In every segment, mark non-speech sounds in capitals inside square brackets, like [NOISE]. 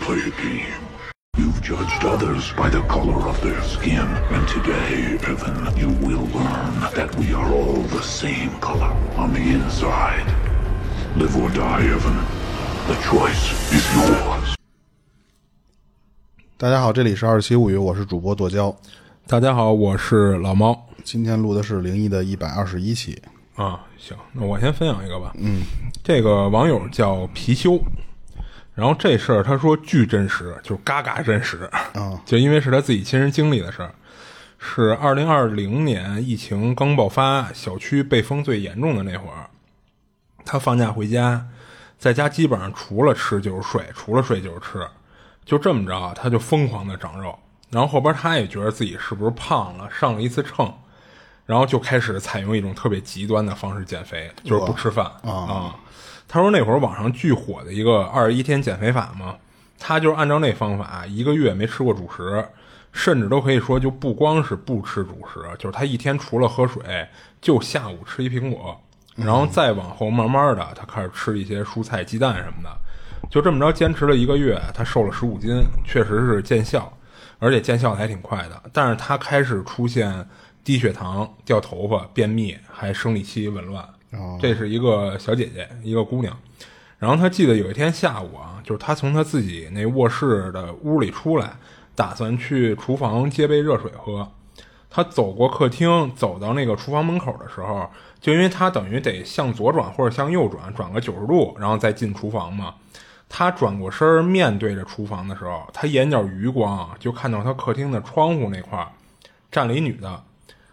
play a game. You've judged others by the color of their skin, and today, Evan, you will learn that we are all the same color on the inside. Live or die, Evan. The choice is yours. 大家好，这里是二七物语，我是主播剁椒。大家好，我是老猫今天录的是灵异的一百二十一期，啊。行，那我先分享一个吧。嗯，这个网友叫貔貅，然后这事儿他说巨真实，就是嘎嘎真实啊， [LAUGHS] 就因为是他自己亲身经历的事儿。是二零二零年疫情刚爆发，小区被封最严重的那会儿，他放假回家，在家基本上除了吃就是睡，除了睡就是吃，就这么着，啊他就疯狂的长肉。然后后边他也觉得自己是不是胖了，上了一次秤，然后就开始采用一种特别极端的方式减肥，就是不吃饭啊、他说那会儿网上巨火的一个二十一天减肥法嘛，他就是按照那方法，一个月没吃过主食，甚至都可以说就不光是不吃主食，就是他一天除了喝水，就下午吃一苹果，然后再往后慢慢的，他开始吃一些蔬菜、鸡蛋什么的，就这么着坚持了一个月，他瘦了十五斤，确实是见效，而且见效的还挺快的。但是他开始出现低血糖、掉头发、便秘，还生理期紊乱。这是一个小姐姐，一个姑娘。然后她记得有一天下午啊，就是她从她自己那卧室的屋里出来，打算去厨房接杯热水喝。她走过客厅，走到那个厨房门口的时候，就因为她等于得向左转或者向右转，转个九十度，然后再进厨房嘛。她转过身儿面对着厨房的时候，她眼角余光啊就看到她客厅的窗户那块儿站了一女的。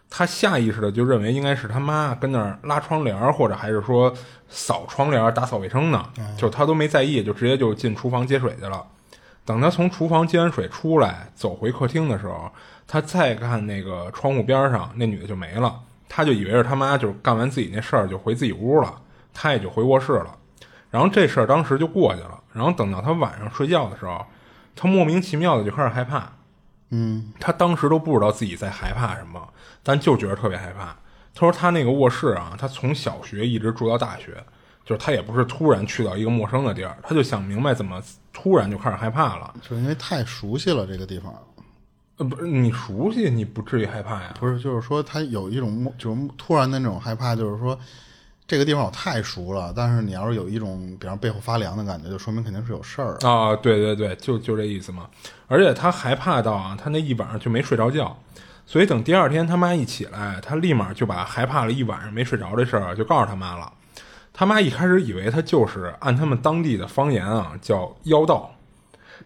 她下意识的就认为应该是她妈跟那儿拉窗帘儿，或者还是说扫窗帘儿、打扫卫生呢，就她都没在意，就直接就进厨房接水去了。等她从厨房接完水出来，走回客厅的时候，她再看那个窗户边儿上那女的就没了，她就以为是她妈就是干完自己那事儿就回自己屋了，她也就回卧室了。然后这事儿当时就过去了。然后等到她晚上睡觉的时候，她莫名其妙的就开始害怕，他当时都不知道自己在害怕什么，但就觉得特别害怕。他说他那个卧室啊，他从小学一直住到大学，就是他也不是突然去到一个陌生的地儿，他就想明白怎么突然就开始害怕了。就因为太熟悉了这个地方，呃，不是你熟悉，你不至于害怕呀。不是，就是说他有一种莫就是突然的那种害怕，就是说这个地方我太熟了，但是你要是有一种比方背后发凉的感觉，就说明肯定是有事儿。啊，对对对，就就这意思嘛。而且他害怕到啊，他那一晚上就没睡着觉，所以等第二天他妈一起来，他立马就把害怕了一晚上没睡着这事儿啊就告诉他妈了。他妈一开始以为他就是按他们当地的方言啊叫妖道，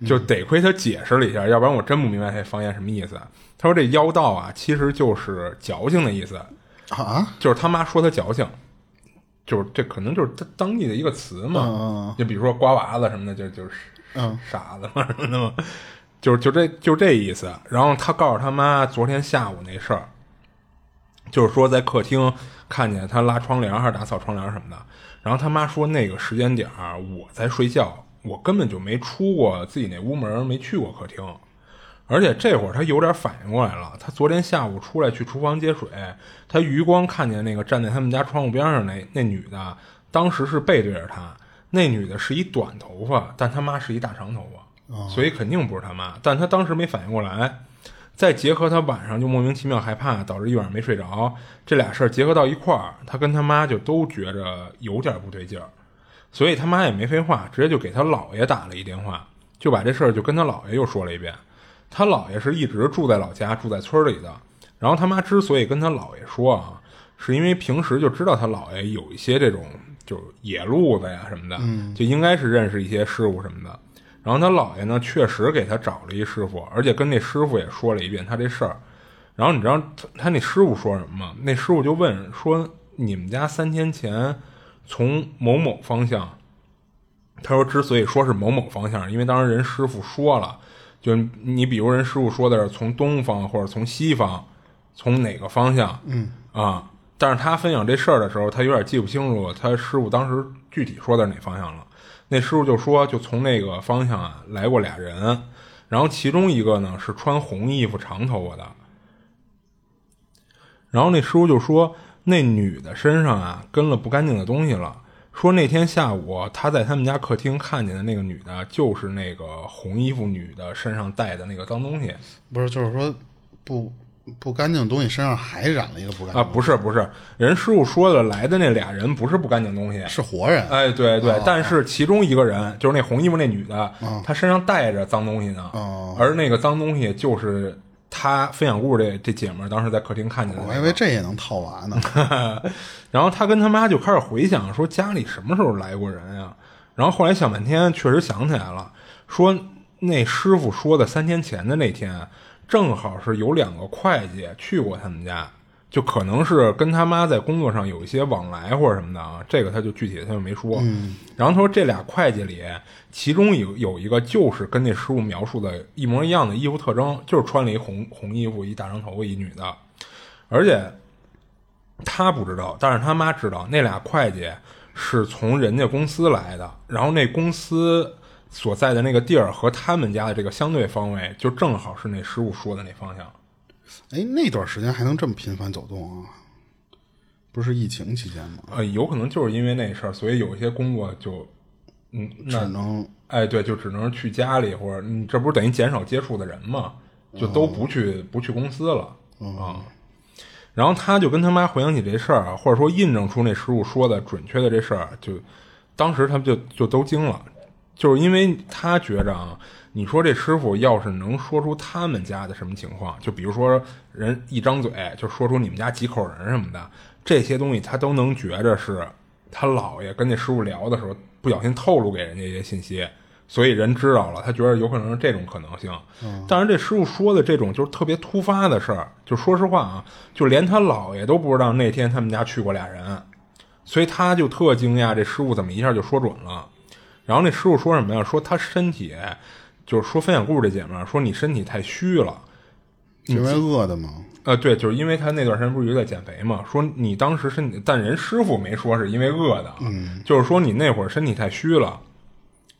就得亏他解释了一下，要不然我真不明白这方言什么意思。啊他说这妖道啊，其实就是矫情的意思，啊，就是他妈说他矫情，就是这可能就是他当地的一个词嘛。就比如说瓜娃子什么的，就就是嗯傻子嘛什么的嘛，就是就这就这意思。然后他告诉他妈昨天下午那事儿，就是说在客厅看见他拉窗帘还是打扫窗帘什么的。然后他妈说那个时间点儿我在睡觉，我根本就没出过自己那屋门，没去过客厅。而且这会儿他有点反应过来了，他昨天下午出来去厨房接水，他余光看见那个站在他们家窗户边上那那女的，当时是背对着他，那女的是一短头发，但他妈是一大长头发，所以肯定不是他妈，但他当时没反应过来。再结合他晚上就莫名其妙害怕，导致一晚上没睡着，这俩事儿结合到一块儿，他跟他妈就都觉着有点不对劲儿，所以他妈也没废话，直接就给他姥爷打了一电话，就把这事儿就跟他姥爷又说了一遍。他姥爷是一直住在老家，住在村里的。然后他妈之所以跟他姥爷说啊，是因为平时就知道他姥爷有一些这种就是野路子呀什么的，就应该是认识一些师傅什么的。然后他姥爷呢，确实给他找了一师傅，而且跟那师傅也说了一遍他这事儿。然后你知道他他那师傅说什么吗？那师傅就问说：“你们家三天前从某某方向他说，之所以说是某某方向，因为当时人师傅说了，就你比如人师傅说的是从东方或者从西方，从哪个方向，嗯啊，但是他分享这事儿的时候，他有点记不清楚他师傅当时具体说的是哪方向了。那师傅就说，就从那个方向啊来过俩人，然后其中一个呢是穿红衣服、长头发的，然后那师傅就说，那女的身上啊跟了不干净的东西了。说那天下午他在他们家客厅看见的那个女的，就是那个红衣服女的身上带的那个脏东西不是，就是说不不干净的东西身上还染了一个不干净啊，的不是不是，人师傅说了，来的那俩人不是不干净东西，是活人，哎，对对，哦但是其中一个人就是那红衣服那女的，她身上带着脏东西呢，嗯哦而那个脏东西就是她分享故事这这姐们儿当时在客厅看见的、我那个。还以为这也能套娃呢。 [LAUGHS] 然后他跟他妈就开始回想，说家里什么时候来过人呀、然后后来想半天，确实想起来了，说那师傅说的三天前的那天，正好是有两个会计去过他们家，就可能是跟他妈在工作上有一些往来或者什么的啊。这个他就具体他就没说。然后他说这俩会计里，其中有有一个就是跟那师傅描述的一模一样的衣服特征，就是穿了一红红衣服、一大长头发、一女的，而且。他不知道，但是他妈知道那俩会计是从人家公司来的，然后那公司所在的那个地儿和他们家的这个相对方位，就正好是那师傅说的那方向。哎，那段时间还能这么频繁走动啊？不是疫情期间吗？呃，有可能就是因为那事儿，所以有一些工作就，嗯，只那能哎，对，就只能去家里，或者你这不是等于减少接触的人嘛，就都不去、不去公司了啊。然后他就跟他妈回想起这事儿啊，或者说印证出那师傅说的准确的这事儿，啊就当时他们就就都惊了，就是因为他觉着啊，你说这师傅要是能说出他们家的什么情况，就比如说人一张嘴就说出你们家几口人什么的，这些东西他都能觉着是他姥爷跟那师傅聊的时候不小心透露给人家一些信息，所以人知道了，他觉得有可能是这种可能性。但是这师傅说的这种就是特别突发的事儿，就说实话啊，就连他姥爷都不知道那天他们家去过俩人，所以他就特惊讶，这师傅怎么一下就说准了。然后那师傅说什么呀？说他身体，就是说分享故事这姐们儿说你身体太虚了，是因为饿的吗？呃，对，就是因为他那段时间不是一直在减肥嘛，说你当时身体，但人师傅没说是因为饿的，嗯，就是说你那会儿身体太虚了，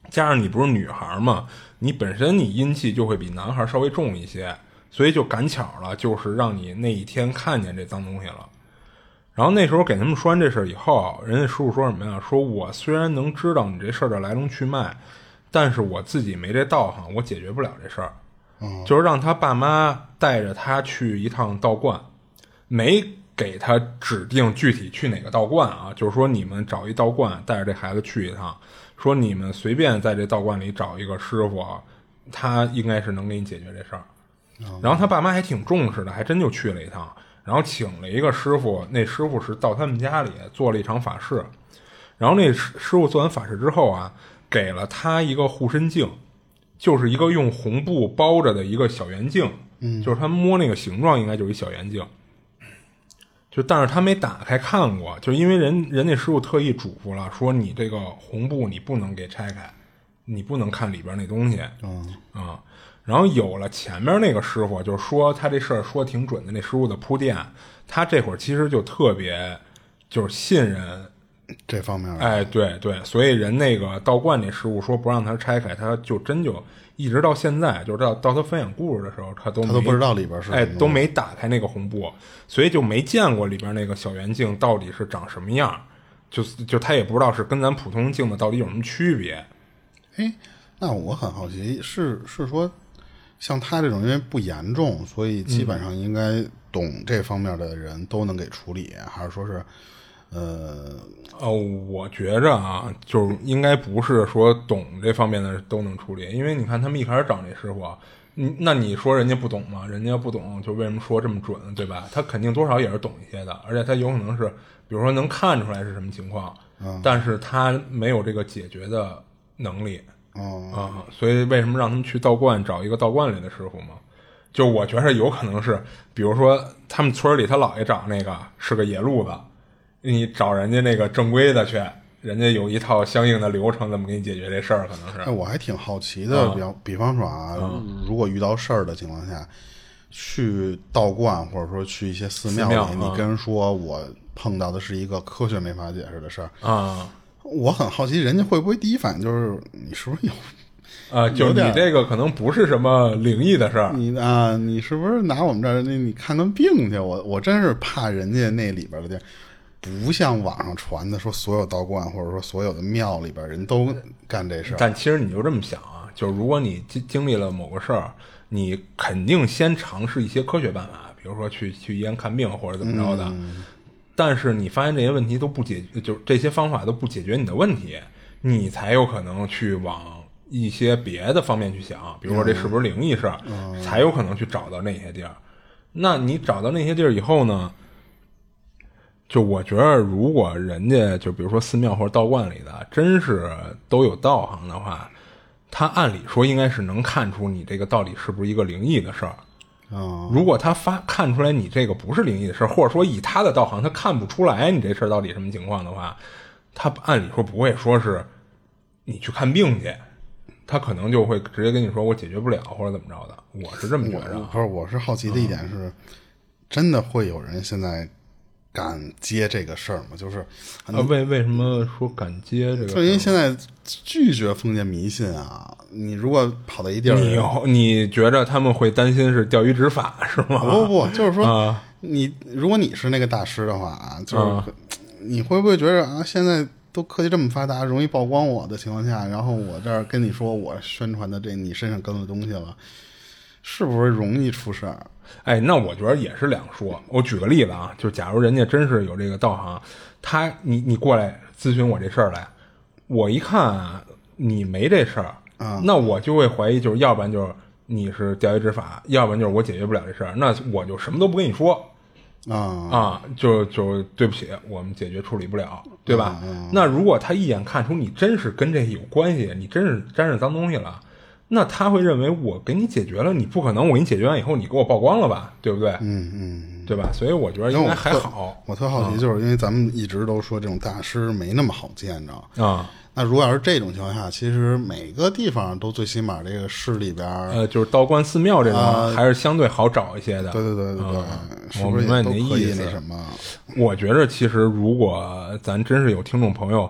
加上你不是女孩嘛，你本身你阴气就会比男孩稍微重一些，所以就赶巧了，就是让你那一天看见这脏东西了。然后那时候给他们说完这事儿以后，人家师傅说什么呀？说我虽然能知道你这事儿的来龙去脉，但是我自己没这道行，我解决不了这事儿。就是让他爸妈带着他去一趟道观，没给他指定具体去哪个道观啊，就是说你们找一道观，带着这孩子去一趟，说你们随便在这道观里找一个师傅，他应该是能给你解决这事儿。然后他爸妈还挺重视的，还真就去了一趟，然后请了一个师傅，那师傅是到他们家里做了一场法事，然后那师师傅做完法事之后啊，给了他一个护身镜，就是一个用红布包着的一个小圆镜，嗯，就是他摸那个形状应该就是一小圆镜，就但是他没打开看过，就是因为人人家师傅特意嘱咐了，说你这个红布你不能给拆开，你不能看里边那东西，嗯啊。然后有了前面那个师傅，就是说他这事儿说挺准的，那师傅的铺垫，他这会儿其实就特别就是信任这方面，，哎，对对，所以人那个道观那师傅说不让他拆开，他就真就一直到现在，就是到到他分享故事的时候，他都他都没不知道里边是什么哎东西都没打开那个红布，所以就没见过里边那个小圆镜到底是长什么样，就是就他也不知道是跟咱普通镜子到底有什么区别。哎，那我很好奇，是是说像他这种因为不严重，所以基嗯本上应该懂这方面的人都能给处理，还是说是呃哦，我觉着啊，就是应该不是说懂这方面的都能处理，因为你看他们一开始找那师傅，嗯，那你说人家不懂吗？人家不懂，就为什么说这么准，对吧？他肯定多少也是懂一些的，而且他有可能是，比如说能看出来是什么情况，但是他没有这个解决的能力哦啊、所以为什么让他们去道观找一个道观里的师傅嘛？就我觉着有可能是，比如说他们村里他姥爷找那个是个野路子，你找人家那个正规的去，人家有一套相应的流程，怎么给你解决这事儿？可能哎，是，我还挺好奇的，比方比方说啊，如果遇到事儿的情况下，去道观或者说去一些寺庙里，庙你啊跟人说我碰到的是一个科学没法解释的事儿，啊我很好奇，人家会不会第一反应就是你是不是有啊，有就你点这个可能不是什么灵异的事儿，你啊？你是不是拿我们这儿那你看看病去？我我真是怕人家那里边的地儿。不像网上传的说所有道观或者说所有的庙里边人都干这事儿。但其实你就这么想啊，就是如果你经经历了某个事儿，你肯定先尝试一些科学办法，比如说去去医院看病或者怎么着的。嗯但是你发现这些问题都不解决，就是这些方法都不解决你的问题，你才有可能去往一些别的方面去想，比如说这是不是灵异事儿，嗯才有可能去找到那些地儿。那你找到那些地儿以后呢？就我觉得，如果人家就比如说寺庙或者道观里的，真是都有道行的话，他按理说应该是能看出你这个到底是不是一个灵异的事儿。啊、如果他发看出来你这个不是灵异的事儿，或者说以他的道行他看不出来你这事儿到底什么情况的话，他按理说不会说是你去看病去，他可能就会直接跟你说我解决不了或者怎么着的。我是这么觉着啊，不是，我是好奇的一点是，真的会有人现在敢接这个事儿吗？就是啊为为什么说敢接这个事儿？就因为现在拒绝封建迷信啊，你如果跑到一地儿，你有你觉着他们会担心是钓鱼执法是吗？不不不，就是说、啊你如果你是那个大师的话啊，就是、你会不会觉得啊，现在都科技这么发达，容易曝光我的情况下，然后我这儿跟你说我宣传的这你身上跟的东西了，是不是容易出事儿？ [LAUGHS] 哎，那我觉得也是两说。我举个例子啊，就假如人家真是有这个道行，啊他你你过来咨询我这事儿来，我一看啊你没这事儿，啊那我就会怀疑，就是要不然就是你是钓鱼执法，要不然就是我解决不了这事儿，那我就什么都不跟你说，啊、啊，就就对不起，我们解决处理不了，对吧？嗯那如果他一眼看出你真是跟这有关系，你真是沾上脏东西了，那他会认为我给你解决了，你不可能我给你解决完以后你给我曝光了吧，对不对？嗯嗯，对吧？所以我觉得因为应我该特还好啊我特好奇，就是因为咱们一直都说这种大师没那么好见着。啊，那如果要是这种情况下，其实每个地方都最起码这个市里边儿，呃，就是道观寺庙这种、还是相对好找一些的。呃对对对对对，是呃我不是明白也你都的可意以思那什么？我觉着其实如果咱真是有听众朋友，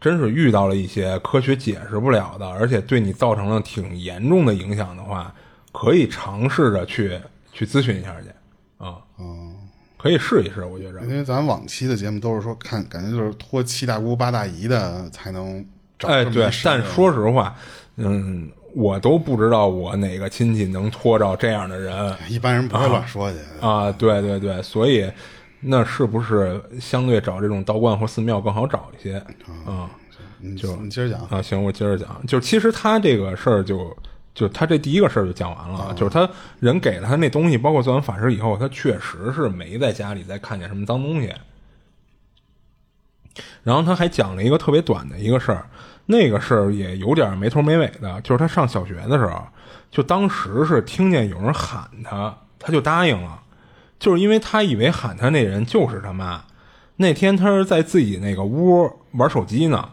真是遇到了一些科学解释不了的，而且对你造成了挺严重的影响的话，可以尝试着去去咨询一下去啊，嗯可以试一试，我觉着。因为咱往期的节目都是说看，感觉就是托七大姑八大姨的才能找哎，这么对一，事儿但说实话，嗯，我都不知道我哪个亲戚能拖着这样的人。哎一般人不会乱说去。啊，对对对，所以那是不是相对找这种道观或寺庙更好找一些啊？你就你接着讲，啊，行，我接着讲，就其实他这个事儿就。就他这第一个事儿就讲完了，啊就是他人给了他那东西，包括做完法事以后，他确实是没在家里再看见什么脏东西。然后他还讲了一个特别短的一个事儿，那个事儿也有点没头没尾的，就是他上小学的时候，就当时是听见有人喊他，他就答应了，就是因为他以为喊他那人就是他妈。那天他是在自己那个屋玩手机呢，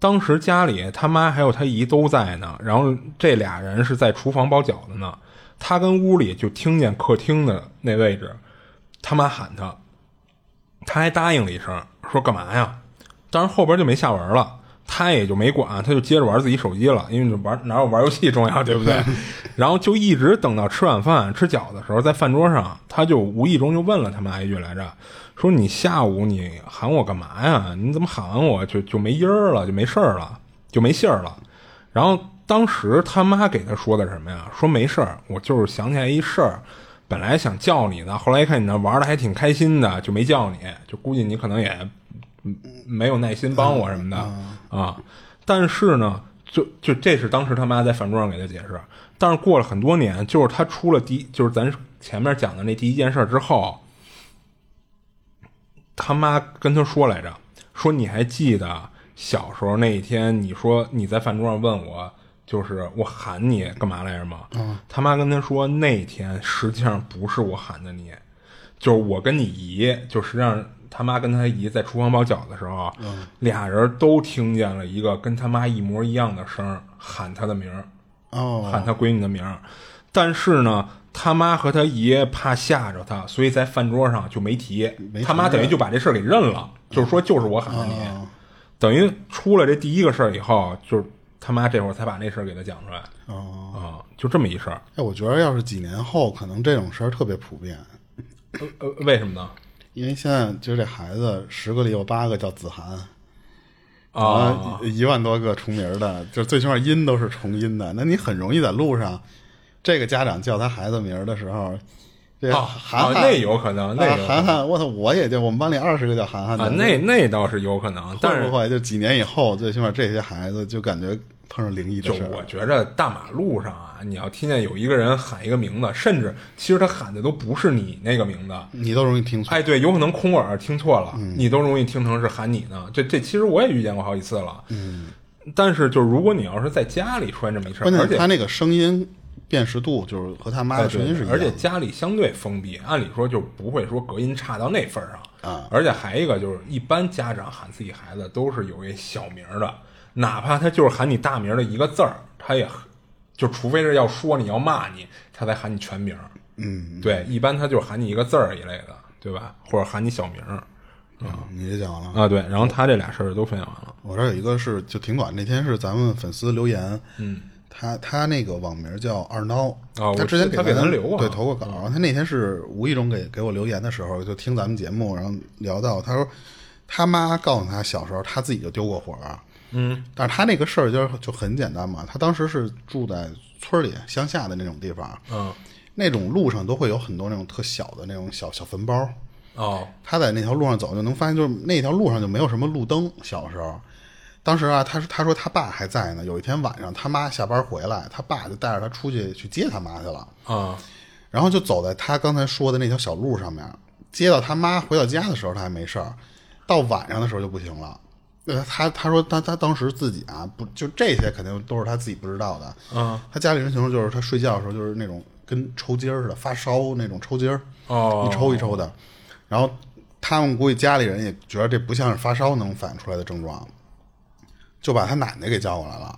当时家里他妈还有他姨都在呢，然后这俩人是在厨房包饺子呢，他跟屋里就听见客厅的那位置，他妈喊他，他还答应了一声，说干嘛呀？当然后边就没下文了，他也就没管，他就接着玩自己手机了，因为你玩哪有玩游戏重要，对不对？然后就一直等到吃晚饭、吃饺子的时候，在饭桌上，他就无意中就问了他妈一句来着，说你下午你喊我干嘛呀？你怎么喊完我就就没音儿了，就没事儿了，就没信儿了？然后当时他妈给他说的什么呀？说没事儿，我就是想起来一事儿，本来想叫你的，后来一看你那玩的还挺开心的，就没叫你，就估计你可能也嗯没有耐心帮我什么的、啊。但是呢，就就这是当时他妈在饭桌上给他解释。但是过了很多年，就是他出了第一，就是咱前面讲的那第一件事儿之后，他妈跟他说来着，说你还记得小时候那一天，你说你在饭桌上问我，就是我喊你干嘛来着吗？他妈跟他说那天实际上不是我喊的你，就是我跟你姨，就实际上他妈跟他姨在厨房包饺子的时候，俩人都听见了一个跟他妈一模一样的声儿喊他的名儿。哦，喊他闺女的名儿，但是呢，他妈和他爷怕吓着他，所以在饭桌上就没提。他妈等于就把这事儿给认啊了，就是说就是我喊的你，等于出了这第一个事儿以后，就是他妈这会儿才把那事儿给他讲出来。哦，啊、就这么一事儿。哎，我觉得要是几年后，可能这种事儿特别普遍，呃呃，为什么呢？因为现在就是这孩子十个里有八个叫子涵。呃啊，一万多个重名儿的，就是最起码音都是重音的。那你很容易在路上，这个家长叫他孩子名儿的时候，这啊涵啊涵、那有可能那有可啊能涵涵，我操，我也就我们班里二十个叫涵涵的，啊，那那倒是有可能，但会是不会就几年以后，最起码这些孩子就感觉碰上灵异的就事儿啊我觉着大马路上啊，你要听见有一个人喊一个名字，甚至其实他喊的都不是你那个名字，你都容易听错。哎，对，有可能空耳听错了，嗯你都容易听成是喊你呢。这这其实我也遇见过好几次了，嗯，但是就是如果你要是在家里出现这么一事儿，关键而是且他那个声音辨识度就是和他妈哎的对声音是一样而的，且家里相对封闭，按理说就不会说隔音差到那份儿上啊。而且还一个就是，一般家长喊自己孩子都是有一小名儿的，哪怕他就是喊你大名儿的一个字儿，他也就除非是要说你要骂你，他才喊你全名。嗯，对，一般他就是喊你一个字儿一类的，对吧？或者喊你小名儿嗯你也讲完了。啊，对。然后他这俩事儿都分享完了。我这儿有一个是就挺短，那天是咱们粉丝留言，嗯，他他那个网名叫二孬啊他我之前咱知他给咱留过对啊投过稿，然后他那天是无意中给给我留言的时候，就听咱们节目，然后聊到他说他妈告诉他小时候他自己就丢过火，嗯，但是他那个事儿就是就很简单嘛，他当时是住在村里乡下的那种地方，嗯，那种路上都会有很多那种特小的那种小小坟包，哦，他在那条路上走，就能发现，就是那条路上就没有什么路灯。小时候，当时啊，他说他说他爸还在呢。有一天晚上，他妈下班回来，他爸就带着他出去去接他妈去了，啊，然后就走在他刚才说的那条小路上面。接到他妈回到家的时候，他还没事儿，到晚上的时候就不行了。呃他他说他他当时自己啊，不就这些肯定都是他自己不知道的。嗯，他家里人形容就是他睡觉的时候就是那种跟抽筋儿似的发烧那种抽筋儿。哦一，抽一抽的。然后他们估计家里人也觉得这不像是发烧能反映出来的症状，就把他奶奶给叫过来了。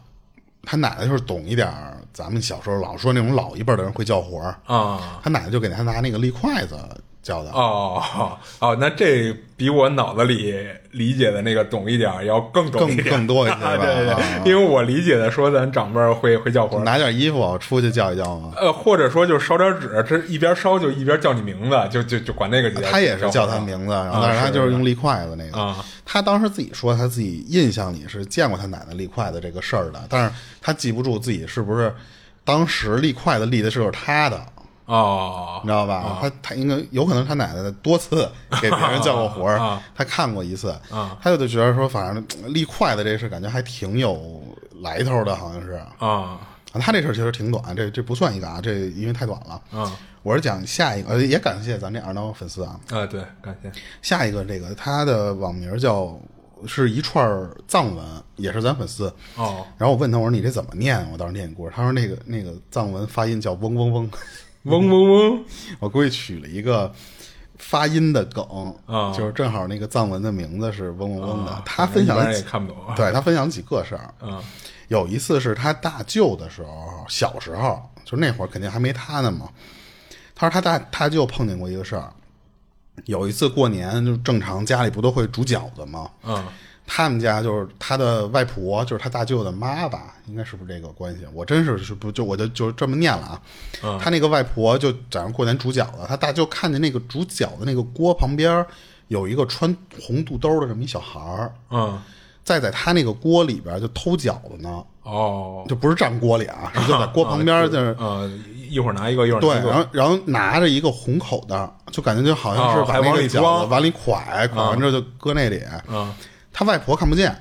他奶奶就是懂一点儿，咱们小时候老说那种老一辈的人会叫活儿，啊，他奶奶就给他拿那个立筷子叫的。哦哦，那这比我脑子里理解的那个懂一点儿，要更懂更一点儿更多一些吧嗯对对啊对，因为我理解的说咱长辈儿会会叫活儿，拿点衣服出去叫一叫嘛，呃，或者说就是烧点纸，这一边烧就一边叫你名字，就就就管那个就他也是叫他活儿名字，然后啊但是他是就是用立筷子那个啊。他当时自己说他自己印象里是见过他奶奶立筷子这个事儿的，但是他记不住自己是不是当时立筷子立的是他的，哦你知道吧？啊他他应该有可能他奶奶多次给别人叫过活啊儿，他看过一次，他就觉得说，反正嗯立筷子这事感觉还挺有来头的，好像是。啊他这事儿其实挺短，这这不算一个啊，这因为太短了。嗯，我是讲下一个，呃也感谢咱这二孬粉丝啊。啊，对，感谢下一个这个他的网名叫是一串儿藏文，也是咱粉丝。哦，然后我问他，我说你这怎么念？啊我当时念给过，他说那个那个藏文发音叫嗡嗡嗡。嗡嗡嗡我估计取了一个发音的梗啊就是正好那个藏文的名字是嗡嗡嗡的。他分享一般了人也几，看不懂啊对他分享了几个事儿。啊有一次是他大舅的时候，小时候就那会儿肯定还没他呢嘛。他说他大他舅碰见过一个事儿，有一次过年就正常家里不都会煮饺子吗？啊他们家就是他的外婆，就是他大舅的妈吧，应该是不是这个关系？我真是是不就我就就这么念了啊。嗯他那个外婆就早上过年煮饺子，他大舅看见那个煮饺子那个锅旁边有一个穿红肚兜的这么一小孩儿，啊再在他那个锅里边就偷饺子呢，哦就不是站锅里啊，是就在锅旁边就是。呃，一会儿拿一个，一会儿对拿，一然个后然后拿着一个红口袋，就感觉就好像是哦把还那往个里饺子装往里蒯，蒯完之后就搁那里。啊他外婆看不见，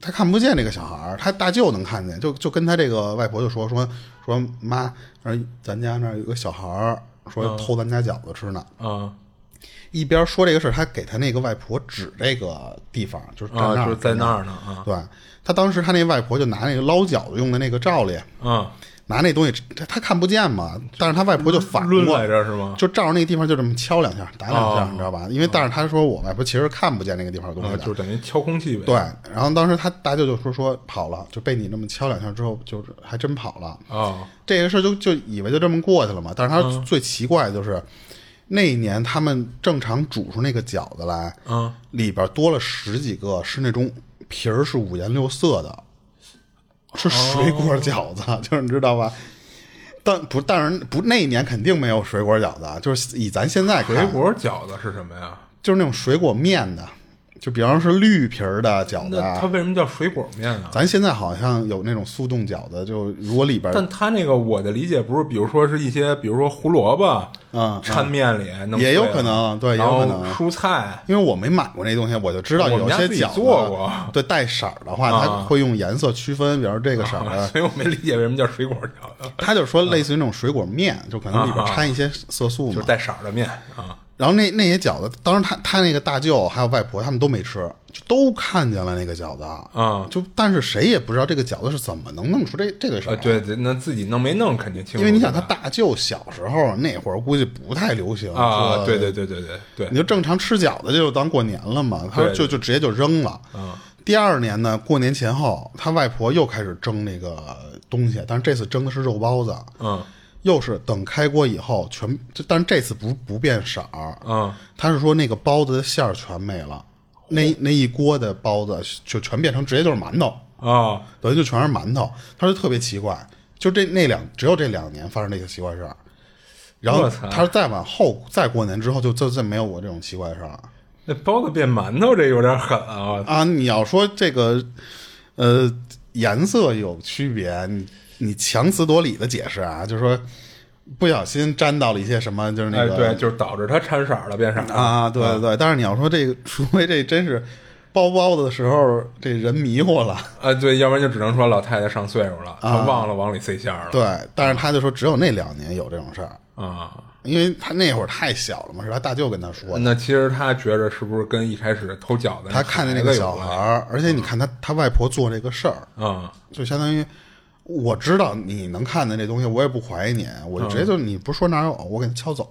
他看不见这个小孩儿，他大舅能看见，就就跟他这个外婆就说说说妈，说咱家那儿有个小孩儿嗯说偷咱家饺子吃呢。啊一边说这个事儿，他给他那个外婆指这个地方，就是在那啊，儿，就是在那儿呢啊对，他当时他那外婆就拿那个捞饺子用的那个罩里，啊，拿那东西，他他看不见嘛，但是他外婆就反嗯抡过来着是吗？就照着那个地方就这么敲两下，打两下，哦你知道吧？因为但是他说我外婆其实看不见那个地方有东西啊，的，就等于敲空气呗。对，然后当时他大舅就说说跑了，就被你那么敲两下之后，就是还真跑了。哦这个事儿就就以为就这么过去了嘛。但是他最奇怪的就是，那一年他们正常煮出那个饺子来，嗯，里边多了十几个是那种皮儿是 [LAUGHS] 五颜六色的，是水果饺子，就是你知道吧？但不，但是不那一年肯定没有水果饺子，啊，就是以咱现在看水果饺子是什么呀？就是那种水果面的，就比方说是绿皮儿的饺子 [LAUGHS] 那啊它。为什么叫水果面呢？咱现在好像有那种速冻饺子，就如果里边但它那个我的理解不是，比如说是一些，比如说胡萝卜，嗯掺面里弄碎了也有可能对也有可能然后蔬菜，因为我没买过那东西，我就知道我们有家些自己饺子做过对带色儿的话，它啊会用颜色区分，比如这个色儿的。所以我没理解为什么叫水果饺子，他就说类似于那种水果面，就可能里边啊啊掺一些色素就是嘛。带色儿的面啊。然后那那些饺子，当时他他那个大舅还有外婆他们都没吃，就都看见了那个饺子嗯就但是谁也不知道这个饺子是怎么能弄出这这个色呃，儿。对对，那自己弄没弄肯定清楚。因为你想，他对吧大舅小时候那会儿估计不太流行啊，说对对对对对对你，就正常吃饺子就当过年了嘛，他说对嗯就就直接就扔了。第二年呢，过年前后，他外婆又开始蒸那个东西，但是这次蒸的是肉包子，嗯又是等开锅以后全，就但是这次不不变色儿，嗯，他是说那个包子的馅儿全没了，那哦那一锅的包子就全变成直接就是馒头，啊，等于就全是馒头，他说特别奇怪，就这那两只有这两年发生这个奇怪事儿，然后我操他说再往后再过年之后就就再没有我这种奇怪事儿了。那包子变馒头这有点狠啊！啊，你要说这个，呃，颜色有区别，你你强词夺理的解释啊，就是说不小心沾到了一些什么，就是那哎，个、对，就是嗯导致它掺色儿了，变色儿了啊，对对对。但是你要说这个，除非这真是包包子的时候这人迷糊了，啊，对，要不然就只能说老太太上岁数了，她忘了往里塞馅儿了。啊对。但是他就说只有那两年有这种事儿，啊，因为他那会儿太小了嘛，是他大舅跟他说的。那其实她觉着是不是跟一开始偷饺子他看嗯见那个孩子有小关孩系儿，而且你看他他外婆做这个事儿，啊？就相当于我知道你能看见这东西，我也不怀疑你，我就直接就你不是说哪儿有，我给他敲走，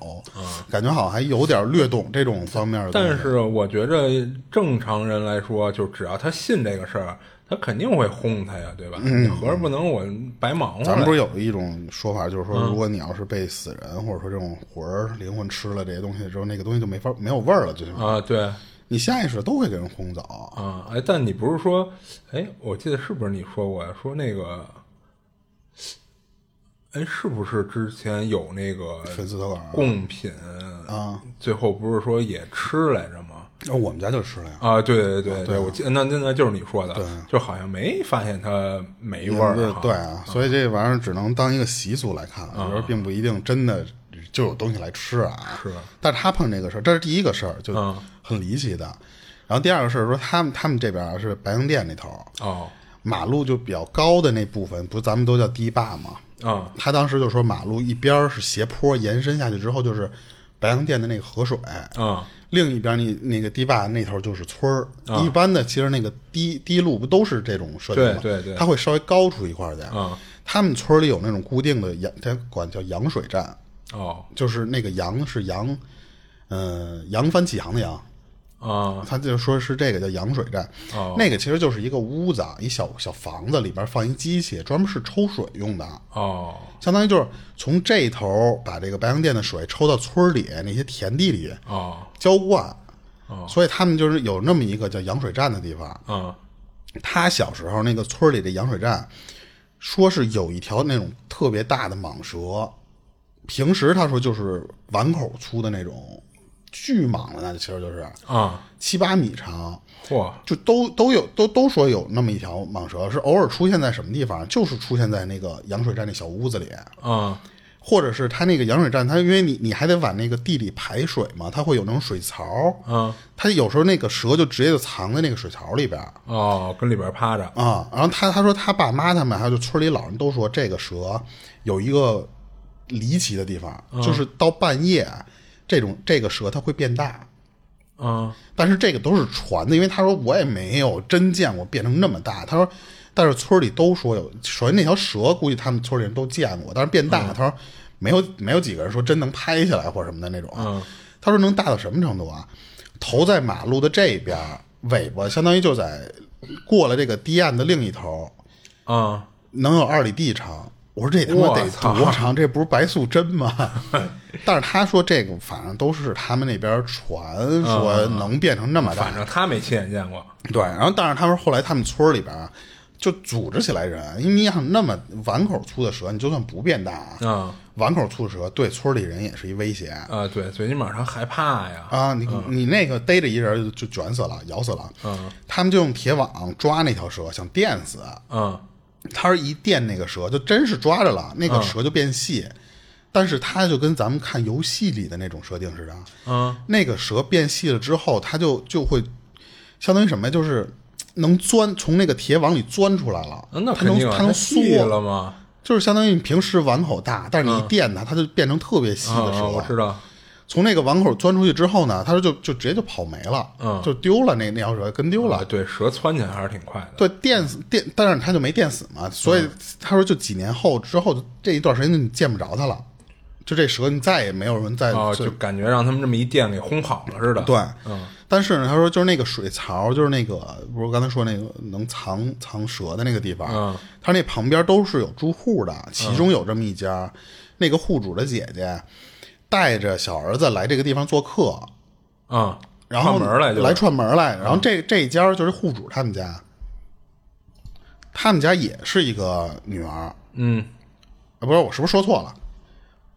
感觉好像还有点略懂这种方面的东西。但是我觉着正常人来说，就只要他信这个事儿，他肯定会轰他呀，对吧？你合着不能我白忙活嗯咱们不了是有一种说法，就是说，如果你要是被死人或者说这种魂儿、灵魂吃了这些东西之后，那个东西就没法没有味儿了，就是啊？对你下意识都会给人轰走。啊，哎，但你不是说，哎，我记得是不是你说过说那个，哎，是不是之前有那个粉丝投稿儿贡品啊？最后不是说也吃来着吗？那我们家就吃了呀，啊，对对对对，我记得那那那就是你说的，就好像没发现它没味儿对哈，啊对啊，所以这玩意儿只能当一个习俗来看，有时候并不一定真的就有东西来吃啊。是，但是他碰这个事儿，这是第一个事儿，就嗯很离奇的。然后第二个事儿说，他们他们这边儿啊是白洋淀那头儿，哦马路就比较高的那部分，不是咱们都叫堤坝吗？啊他当时就说马路一边儿是斜坡，延伸下去之后就是白洋淀的那个河水，啊另一边那那个堤坝那头就是村儿。一般的其实那个堤堤路不都是这种设计吗？对对对它会稍微高出一块儿去。啊嗯他们村儿里有那种固定的羊，它管叫羊水站，哦就是那个羊是羊，呃，扬帆起航的扬。啊他就说是这个叫羊水站，哦那个其实就是一个屋子，一小小房子，里边放一机器，专门是抽水用的。哦相当于就是从这头把这个白洋淀的水抽到村儿里那些田地里哦浇灌，所以他们就是有那么一个叫羊水站的地方。啊他小时候那个村儿里的羊水站，说是有一条那种特别大的蟒蛇，平时他说就是碗口粗的那种巨蟒了，那其实就是啊，七八米长，嚯！就都都有都都说有那么一条蟒蛇，是偶尔出现在什么地方，就是出现在那个羊水站那小屋子里。啊或者是它那个羊水站，它因为你你还得往那个地里排水嘛，它会有那种水槽，啊它有时候那个蛇就直接就藏在那个水槽里边儿哦，跟里边趴着啊。然后他他说他爸妈他们还有就村里老人都说这个蛇有一个离奇的地方，就是到半夜这种这个蛇它会变大，啊但是这个都是传的，因为他说我也没有真见过变成那么大。他说，但是村里都说有，首先那条蛇估计他们村里人都见过，但是变大，他说没有没有几个人说真能拍下来或者什么的那种。啊他说能大到什么程度啊？头在马路的这边，尾巴相当于就在过了这个堤岸的另一头，啊！能有二里地长。我说这他妈得我操多长？这不是白素贞吗？ [LAUGHS] 但是他说这个反正都是他们那边传嗯说能变成那么大反，正他没亲眼见过对。然后但是他说后来他们村里边啊就组织起来人，因为你想那么碗口粗的蛇，你就算不变大啊，碗口粗的蛇对村里人也是一威胁啊啊，对，最起码他害怕呀。你你那个逮着一人就卷死了，咬死了，嗯他们就用铁网抓那条蛇，想电死，嗯，他是一电那个蛇，就真是抓着了，那个蛇就变细。但是它就跟咱们看游戏里的那种设定似的，啊嗯，那个蛇变细了之后，它就就会相当于什么呀？就是能钻从那个铁网里钻出来了，啊那它肯能定啊它能太细缩了，吗？就是相当于你平时碗口大，但是你一电它，它就变成特别细啊，的蛇。啊我知道。从那个碗口钻出去之后呢，它就就直接就跑没了，嗯就丢了那那条蛇跟丢了啊，，对，蛇窜起来还是挺快的。对，电死电，但是他就没电死嘛，所嗯以他说就几年后之后，就这一段时间就你见不着他了，就这蛇你再也没有人再、哦，就嗯感觉让他们这么一电给轰跑了似的。对，但是呢，他说就是那个水槽，就是那个不是我刚才说那个能藏藏蛇的那个地方，嗯他那旁边都是有住户的，其中有这么一家，那个户主的姐姐带着小儿子来这个地方做客，嗯，然后串门来就嗯来串门来，然后这这一家就是户主他们家，他们家也是一个女儿，啊，嗯不是我是不是说错了？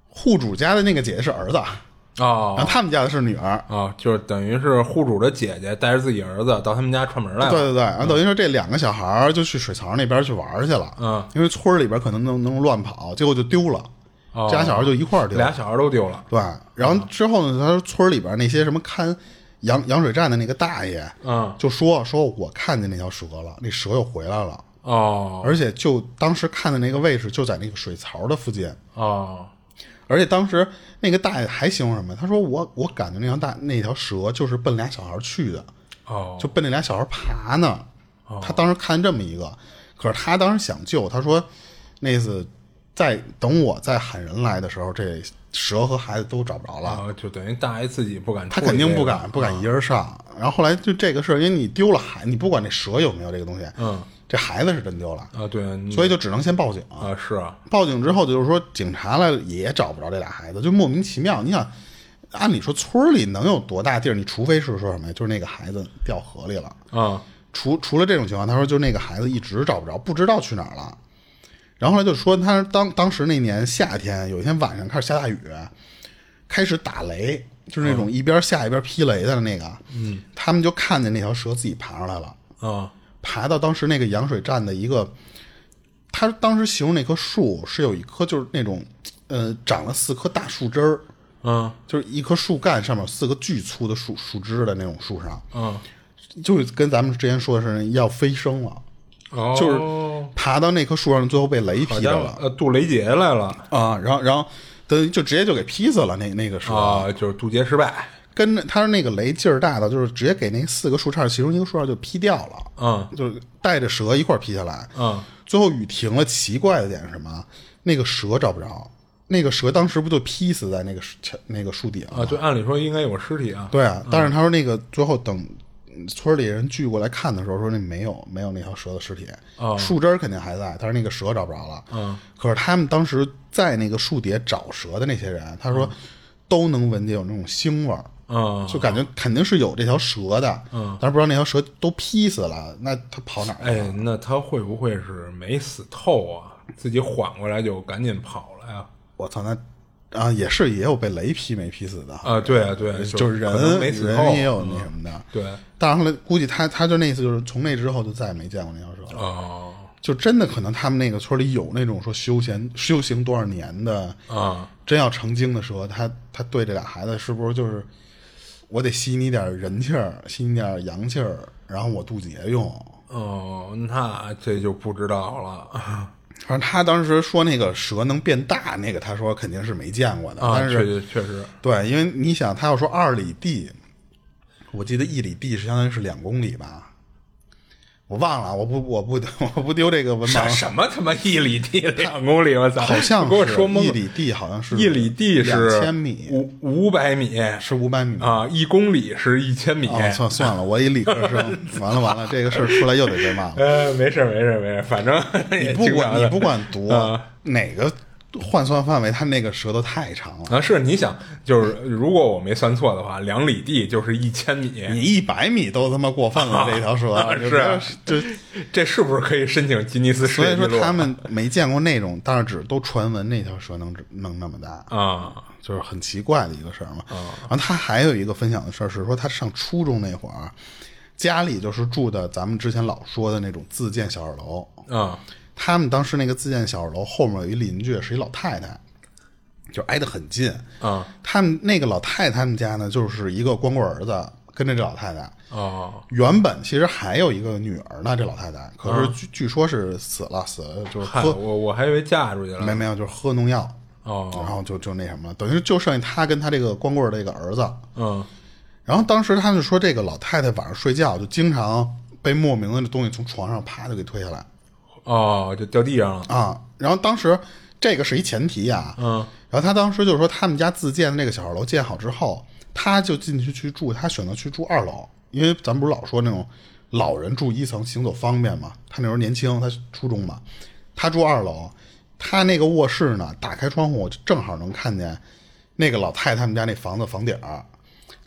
户主家的那个姐姐是儿子，啊然后哦他们家的是女儿，哦，就是等于是户主的姐姐带着自己儿子到他们家串门来对了。对对，然后等于说这两个小孩儿就去水槽那边去玩儿去了，嗯，因为村儿里边可能能能乱跑，结果就丢了，哦这俩小孩儿就一块儿丢了，俩小孩都丢了。对，然后之后呢，他说村儿里边那些什么看养养水站的那个大爷，嗯就说说我看见那条蛇了，那蛇又回来了。哦而且就当时看的那个位置就在那个水槽的附近，哦而且当时那个大爷还形容什么？他说我我感觉那条大那条蛇就是奔俩小孩去的，哦，就奔那俩小孩爬呢。他当时看这么一个，可是他当时想救，他说那意思在等我再喊人来的时候，这蛇和孩子都找不着了。啊，就等于大爷自己不敢他处理这肯个，定不敢不敢一人上。然后后来就这个事儿，因为你丢了孩，你不管这蛇有没有这个东西，嗯，这孩子是真丢了，啊，对，你所以就只能先报警。啊是啊，报警之后，就是说警察来了也找不着这俩孩子，就莫名其妙。你想，按理说村里能有多大地儿？你除非是说什么呀？就是那个孩子掉河里了。啊除除了这种情况，他说就那个孩子一直找不着，不知道去哪儿了。然后后来就说他当当时那年夏天，有一天晚上开始下大雨，开始打雷，就是那种一边下一边劈雷的那个。嗯，他们就看见那条蛇自己爬上来了。啊爬到当时那个养水站的一个，他当时形容那棵树是有一棵就是那种，呃，长了四棵大树枝儿，嗯就是一棵树干上面有四个巨粗的树树枝的那种树上，嗯，就跟咱们之前说的是要飞升了，哦，就是爬到那棵树上，最后被雷好劈家到伙了，呃，杜雷杰来了啊，然后然后等于就直接就给劈死了那那个蛇，啊，就是渡劫失败，跟着他那个雷劲儿大到就是直接给那四个树杈其中一个树杈就劈掉了，嗯就是带着蛇一块儿劈下来，嗯，最后雨停了，奇怪的点是什么？那个蛇找不着，那个蛇当时不就劈死在那个树那个树顶了？啊，对，按理说应该有尸体啊，对啊，但是他说那个最后等嗯村里人聚过来看的时候，说那没有没有那条蛇的尸体，树枝儿肯定还在，但是那个蛇找不着了。哦嗯，可是他们当时在那个树底下找蛇的那些人，他说都能闻见有那种腥味儿。嗯，就感觉肯定是有这条蛇的，嗯，但是不知道那条蛇都劈死了，那它跑哪儿去了？哎，那他会不会是没死透啊？自己缓过来就赶紧跑了呀？我操，那啊也是也有被雷劈没劈死的，啊，对啊，对啊，就是是可能人没死透，嗯啊人也有那什么的。对，但是后来估计他他就那次就是从那之后就再也没见过那条蛇了，哦就真的可能他们那个村里有那种说修行修行多少年的，啊真要成精的蛇，他他对这俩孩子是不是就是我得吸你点人气儿，吸你点阳气儿，然后我渡劫用。哦，那这就不知道了。啊反正他当时说那个蛇能变大，那个他说肯定是没见过的，啊，但确是嗯实确实，对，因为你想，他要说二里地，我记得一里地是相当于是两公里吧，我忘了，我不我不 [LAUGHS] 我不丢这个文什盲，什么他妈一里地两公里，我操！好像 [LAUGHS] 给我是说懵一了。里地好像是一里地是两千米，五五百米是五百米。啊，一公里是一千米。哦，算算了，我一理科生，完了完了，这个事儿出来又 [LAUGHS] 得被骂了。呃，没事儿没事儿没事儿，反正你你不管你不管读啊哪个换算范围，他那个舌头太长了。啊，是你想，就是如果我没算错的话，两里地就是一千米，啊你一百米都他妈过分 [LAUGHS] 了，这条舌是啊就这是不是可以申请吉尼斯世所界以纪录？啊说 [LAUGHS] 他们没见过那种大指，都传闻那条蛇能能那么大，啊，就是很奇怪的一个事儿嘛。然后他还有一个分享的事儿是说，他上初中那会儿，家里就是住的咱们之前老说的那种自建小二楼。啊，他们当时那个自建小二楼后面有一邻居是一老太太，就挨得很近。啊，他们那个老太太他们家呢，就是一个光棍儿子跟着这老太太。哦，原本其实还有一个女儿呢，这老太太可是据、据说是死了，死了就是嗨，喝我我还以为嫁出去没了。没有，就是喝农药，哦，然后就就那什么了，等于就剩下他跟他这个光棍儿的这个儿子。嗯，然后当时他就说，这个老太太晚上睡觉就经常被莫名的东西从床上啪就给推下来哦，就掉地上了。啊。然后当时这个是一前提啊，嗯，然后他当时就说，他们家自建的那个小二楼建好之后，他就进去去住，他选择去住二楼，因为咱们不是老说那种老人住一层行走方便嘛。他那时候年轻，他初中嘛，他住二楼，他那个卧室呢，打开窗户我正好能看见那个老太太他们家那房子房顶儿，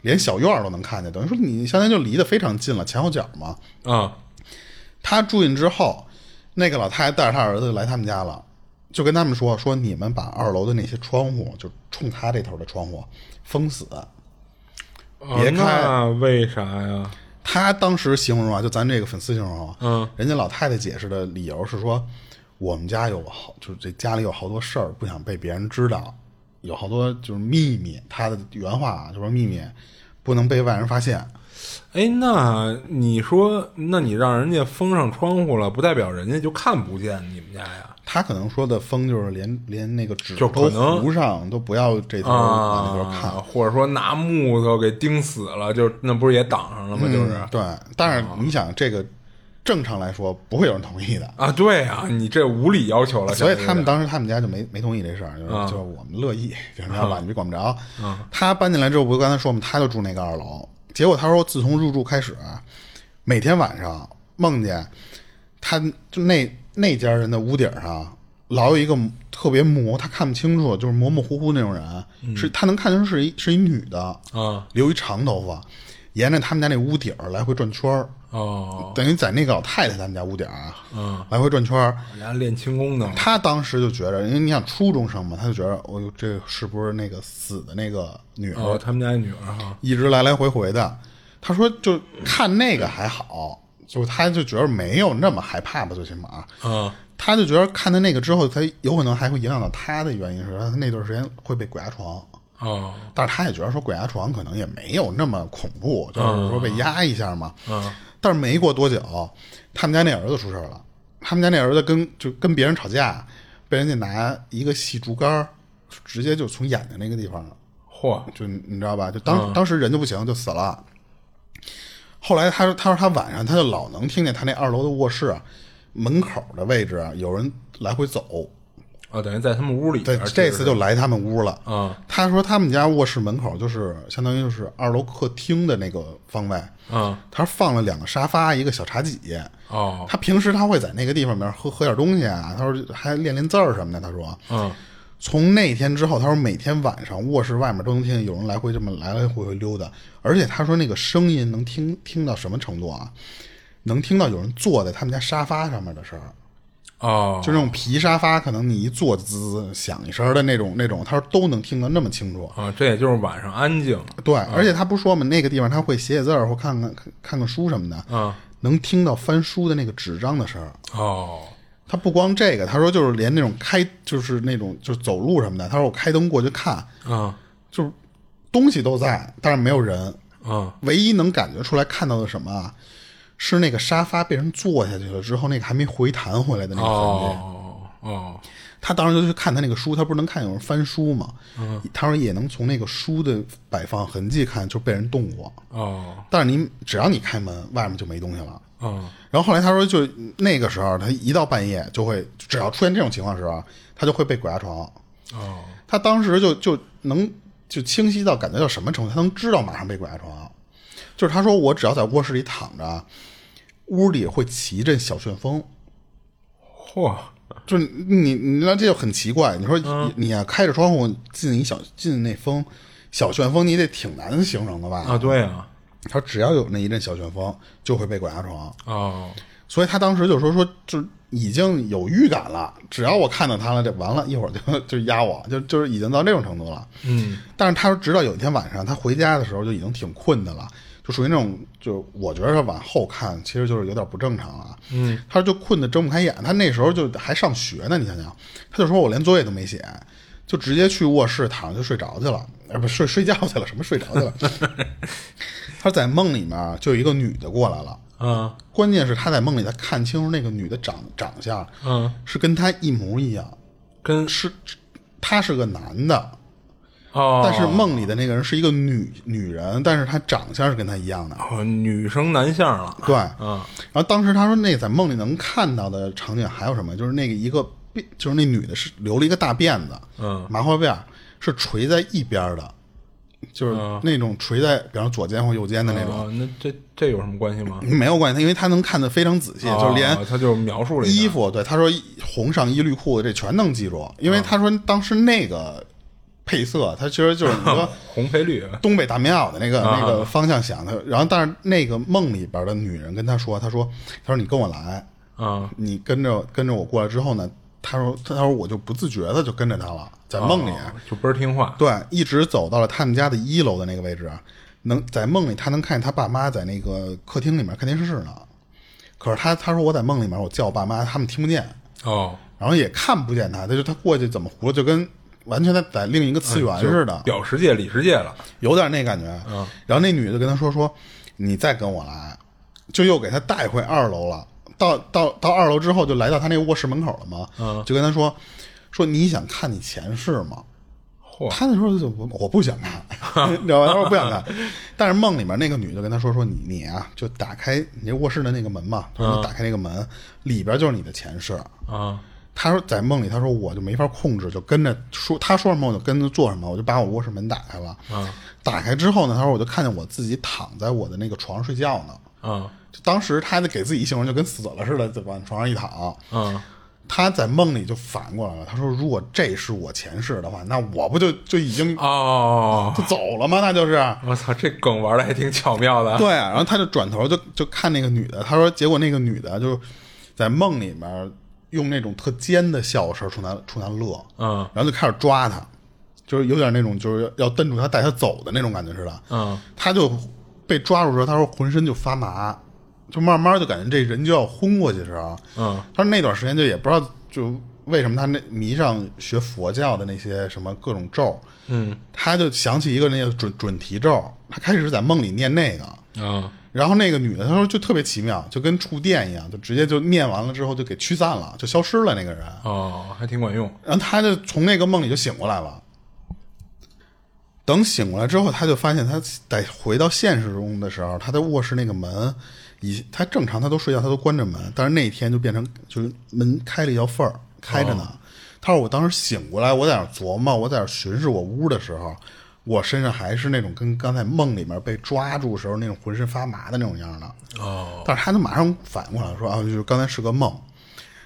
连小院儿都能看见，等于说你相当于就离得非常近了，前后脚嘛。啊，他住进之后，那个老太太带着他儿子就来他们家了，就跟他们说说你们把二楼的那些窗户，就冲他这头的窗户封死。别哦开那为啥呀？他当时形容啊，就咱这个粉丝形容啊，嗯，人家老太太解释的理由是说，我们家有好，就是这家里有好多事儿不想被别人知道，有好多就是秘密。他的原话啊，就说秘密不能被外人发现。哎，那你说，那你让人家封上窗户了，不代表人家就看不见你们家呀？他可能说的封就是连连那个纸就都可能糊上，都不要这头往那头看啊，。或者说拿木头给钉死了，就那不是也挡上了吗？就是啊嗯对，但是你想，这个正常来说不会有人同意的，啊，对啊，你这无理要求了，所以现在他们有点当时他们家就没没同意这事儿，就是啊就是我们乐意，别人家吧，你别管不着。他搬进来之后，不是刚才说嘛，他就住那个二楼。结果他说，自从入住开始，啊每天晚上梦见他就那那家人的屋顶上老有一个特别模，他看不清楚，就是模模糊糊那种人，嗯是他能看清是一是一女的，啊留一长头发，沿着他们家那屋顶儿来回转圈儿。哦，等于在那个老太太他们家屋顶儿啊，嗯，来回转圈儿。人家练轻功的，他当时就觉着，因为你想初中生嘛，他就觉着，我、哟，这是不是那个死的那个女儿、哦，他们家女儿哈，一直来来回回的？他说就看那个还好，就他就觉着没有那么害怕吧，最起码，啊他就觉得看到那个之后，他有可能还会影响到他的原因是，他那段时间会被鬼压床。哦但是他也觉得说鬼压床可能也没有那么恐怖，就是说被压一下嘛。嗯。但是没过多久，他们家那儿子出事儿了。他们家那儿子跟就跟别人吵架，被人家拿一个细竹竿儿直接就从眼睛那个地方，嚯，就你知道吧？就当、当时人就不行，就死了。后来他说，他说他晚上他就老能听见他那二楼的卧室啊门口的位置啊有人来回走，哦，等于在他们屋里对边，，这次就来他们屋了。嗯，他说他们家卧室门口就是相当于就是二楼客厅的那个方位，啊他放了两个沙发，一个小茶几。哦他平时他会在那个地方面喝喝点东西啊，他说还练练字儿什么的。他说，嗯，从那天之后，他说每天晚上卧室外面都能听见有人来回这么来来回回溜达，而且他说那个声音能听听到什么程度啊？能听到有人坐在他们家沙发上面的声儿。哦，就那种皮沙发，可能你一坐滋响一声的那种那种，他说都能听得那么清楚。啊，这也就是晚上安静对，而且他不是说嘛，那个地方他会写写字儿或看看看看看书什么的，啊能听到翻书的那个纸张的声儿。哦他不光这个，他说就是连那种开就是那种就是走路什么的，他说我开灯过去看，啊就是东西都在，但是没有人。啊唯一能感觉出来看到的什么啊，是那个沙发被人坐下去了之后，那个还没回弹回来的那个痕迹。哦哦他当时就去看他那个书，他不是能看有人翻书吗？他说也能从那个书的摆放痕迹看，就被人动过。哦但是你只要你开门，外面就没东西了。哦然后后来他说就，那个时候他一到半夜就会，只要出现这种情况时候，他就会被鬼压床。哦他当时就就能就清晰到感觉到什么程度，他能知道马上被鬼压床。就是他说我只要在卧室里躺着，屋里会起一阵小旋风。嚯就是你，你那这就很奇怪。你说嗯你啊，开着窗户进一小进那风，小旋风，你得挺难形容的吧？啊，对啊，他只要有那一阵小旋风，就会被鬼压床。哦，所以他当时就说说，就已经有预感了，只要我看到他了，这完了，一会儿就 [LAUGHS] 就压我，就就是已经到这种程度了。嗯，但是他直到有一天晚上，他回家的时候就已经挺困的了，就属于那种，就我觉得他往后看，其实就是有点不正常了。嗯，他就困得睁不开眼，他那时候就还上学呢，你想想，他就说我连作业都没写。就直接去卧室躺着就睡着去了，呃，不睡睡觉去了，什么睡着去了？ [LAUGHS] 他在梦里面啊就有一个女的过来了，啊，关键是他在梦里，他看清楚那个女的长长相，嗯，是跟他一模一样，跟是，他是个男的，哦，但是梦里的那个人是一个女女人，但是她长相是跟他一样的，哦女生男相了，对，嗯，然后当时他说那在梦里能看到的场景还有什么？就是那个一个辫，就是那女的是留了一个大辫子，嗯，麻花辫儿是垂在一边儿的，就是啊那种垂在，比方左肩或右肩的那种。嗯哦，那这这有什么关系吗？没有关系，因为他能看得非常仔细，就连哦他就描述了一下衣服，对他说红上衣绿裤子这全能记住，因为他说当时那个配色，他其实就是你说红配绿，东北大棉袄的那个那个方向想的，然后但是那个梦里边的女人跟他说，他说他说你跟我来，啊，你跟着跟着我过来之后呢，他说他说我就不自觉的就跟着他了，在梦里，哦就倍儿听话，对，一直走到了他们家的一楼的那个位置，能在梦里他能看见他爸妈在那个客厅里面看电视呢。可是他他说我在梦里面我叫我爸妈，他们听不见，哦，然后也看不见他，他就他过去怎么胡了，就跟完全在在另一个次元似的，表世界里世界了，有点那感觉。然后那女的跟他说说你再跟我来，就又给他带回二楼了。到到到二楼之后，就来到他那卧室门口了嘛，就跟他说说你想看你前世吗？嚯，他那时候就我我不想看，你知道吧？他说我不想看，但是梦里面那个女的跟他说说你你啊，就打开你这卧室的那个门嘛，他说打开那个门，里边就是你的前世。啊，他说在梦里，他说我就没法控制，就跟着说他说什么我就跟着做什么，我就把我卧室门打开了。啊打开之后呢，他说我就看见我自己躺在我的那个床上睡觉呢。啊，就当时他给自己形容就跟死了似的，就往床上一躺。啊，他在梦里就反过来了，他说如果这是我前世的话，那我不就就已经 [LAUGHS] 哦，就走了吗？那就是。我操，这梗玩的还挺巧妙的，对，啊然后他就转头就就看那个女的，他说，结果那个女的就在梦里面用那种特尖的笑声冲他冲他乐，嗯然后就开始抓他，就是有点那种就是要瞪住他带他走的那种感觉似的，嗯，他就被抓住之后，他说浑身就发麻，就慢慢就感觉这人就要昏过去似的，啊嗯，他说那段时间就也不知道就为什么他那迷上学佛教的那些什么各种咒，嗯，他就想起一个那个准准提咒，他开始是在梦里念那个，啊，然后那个女的，她说就特别奇妙，就跟触电一样，就直接就念完了之后就给驱散了，就消失了那个人。哦，还挺管用，然后她就从那个梦里就醒过来了。等醒过来之后，她就发现她在回到现实中的时候，她在卧室那个门，以她正常她都睡觉，她都关着门，但是那一天就变成就是门开了一条缝儿，开着呢。她说我当时醒过来，我在那儿琢磨，我在那儿巡视我屋的时候，我身上还是那种跟刚才梦里面被抓住时候那种浑身发麻的那种样的。哦，但是他就马上反过来说啊，就是刚才是个梦。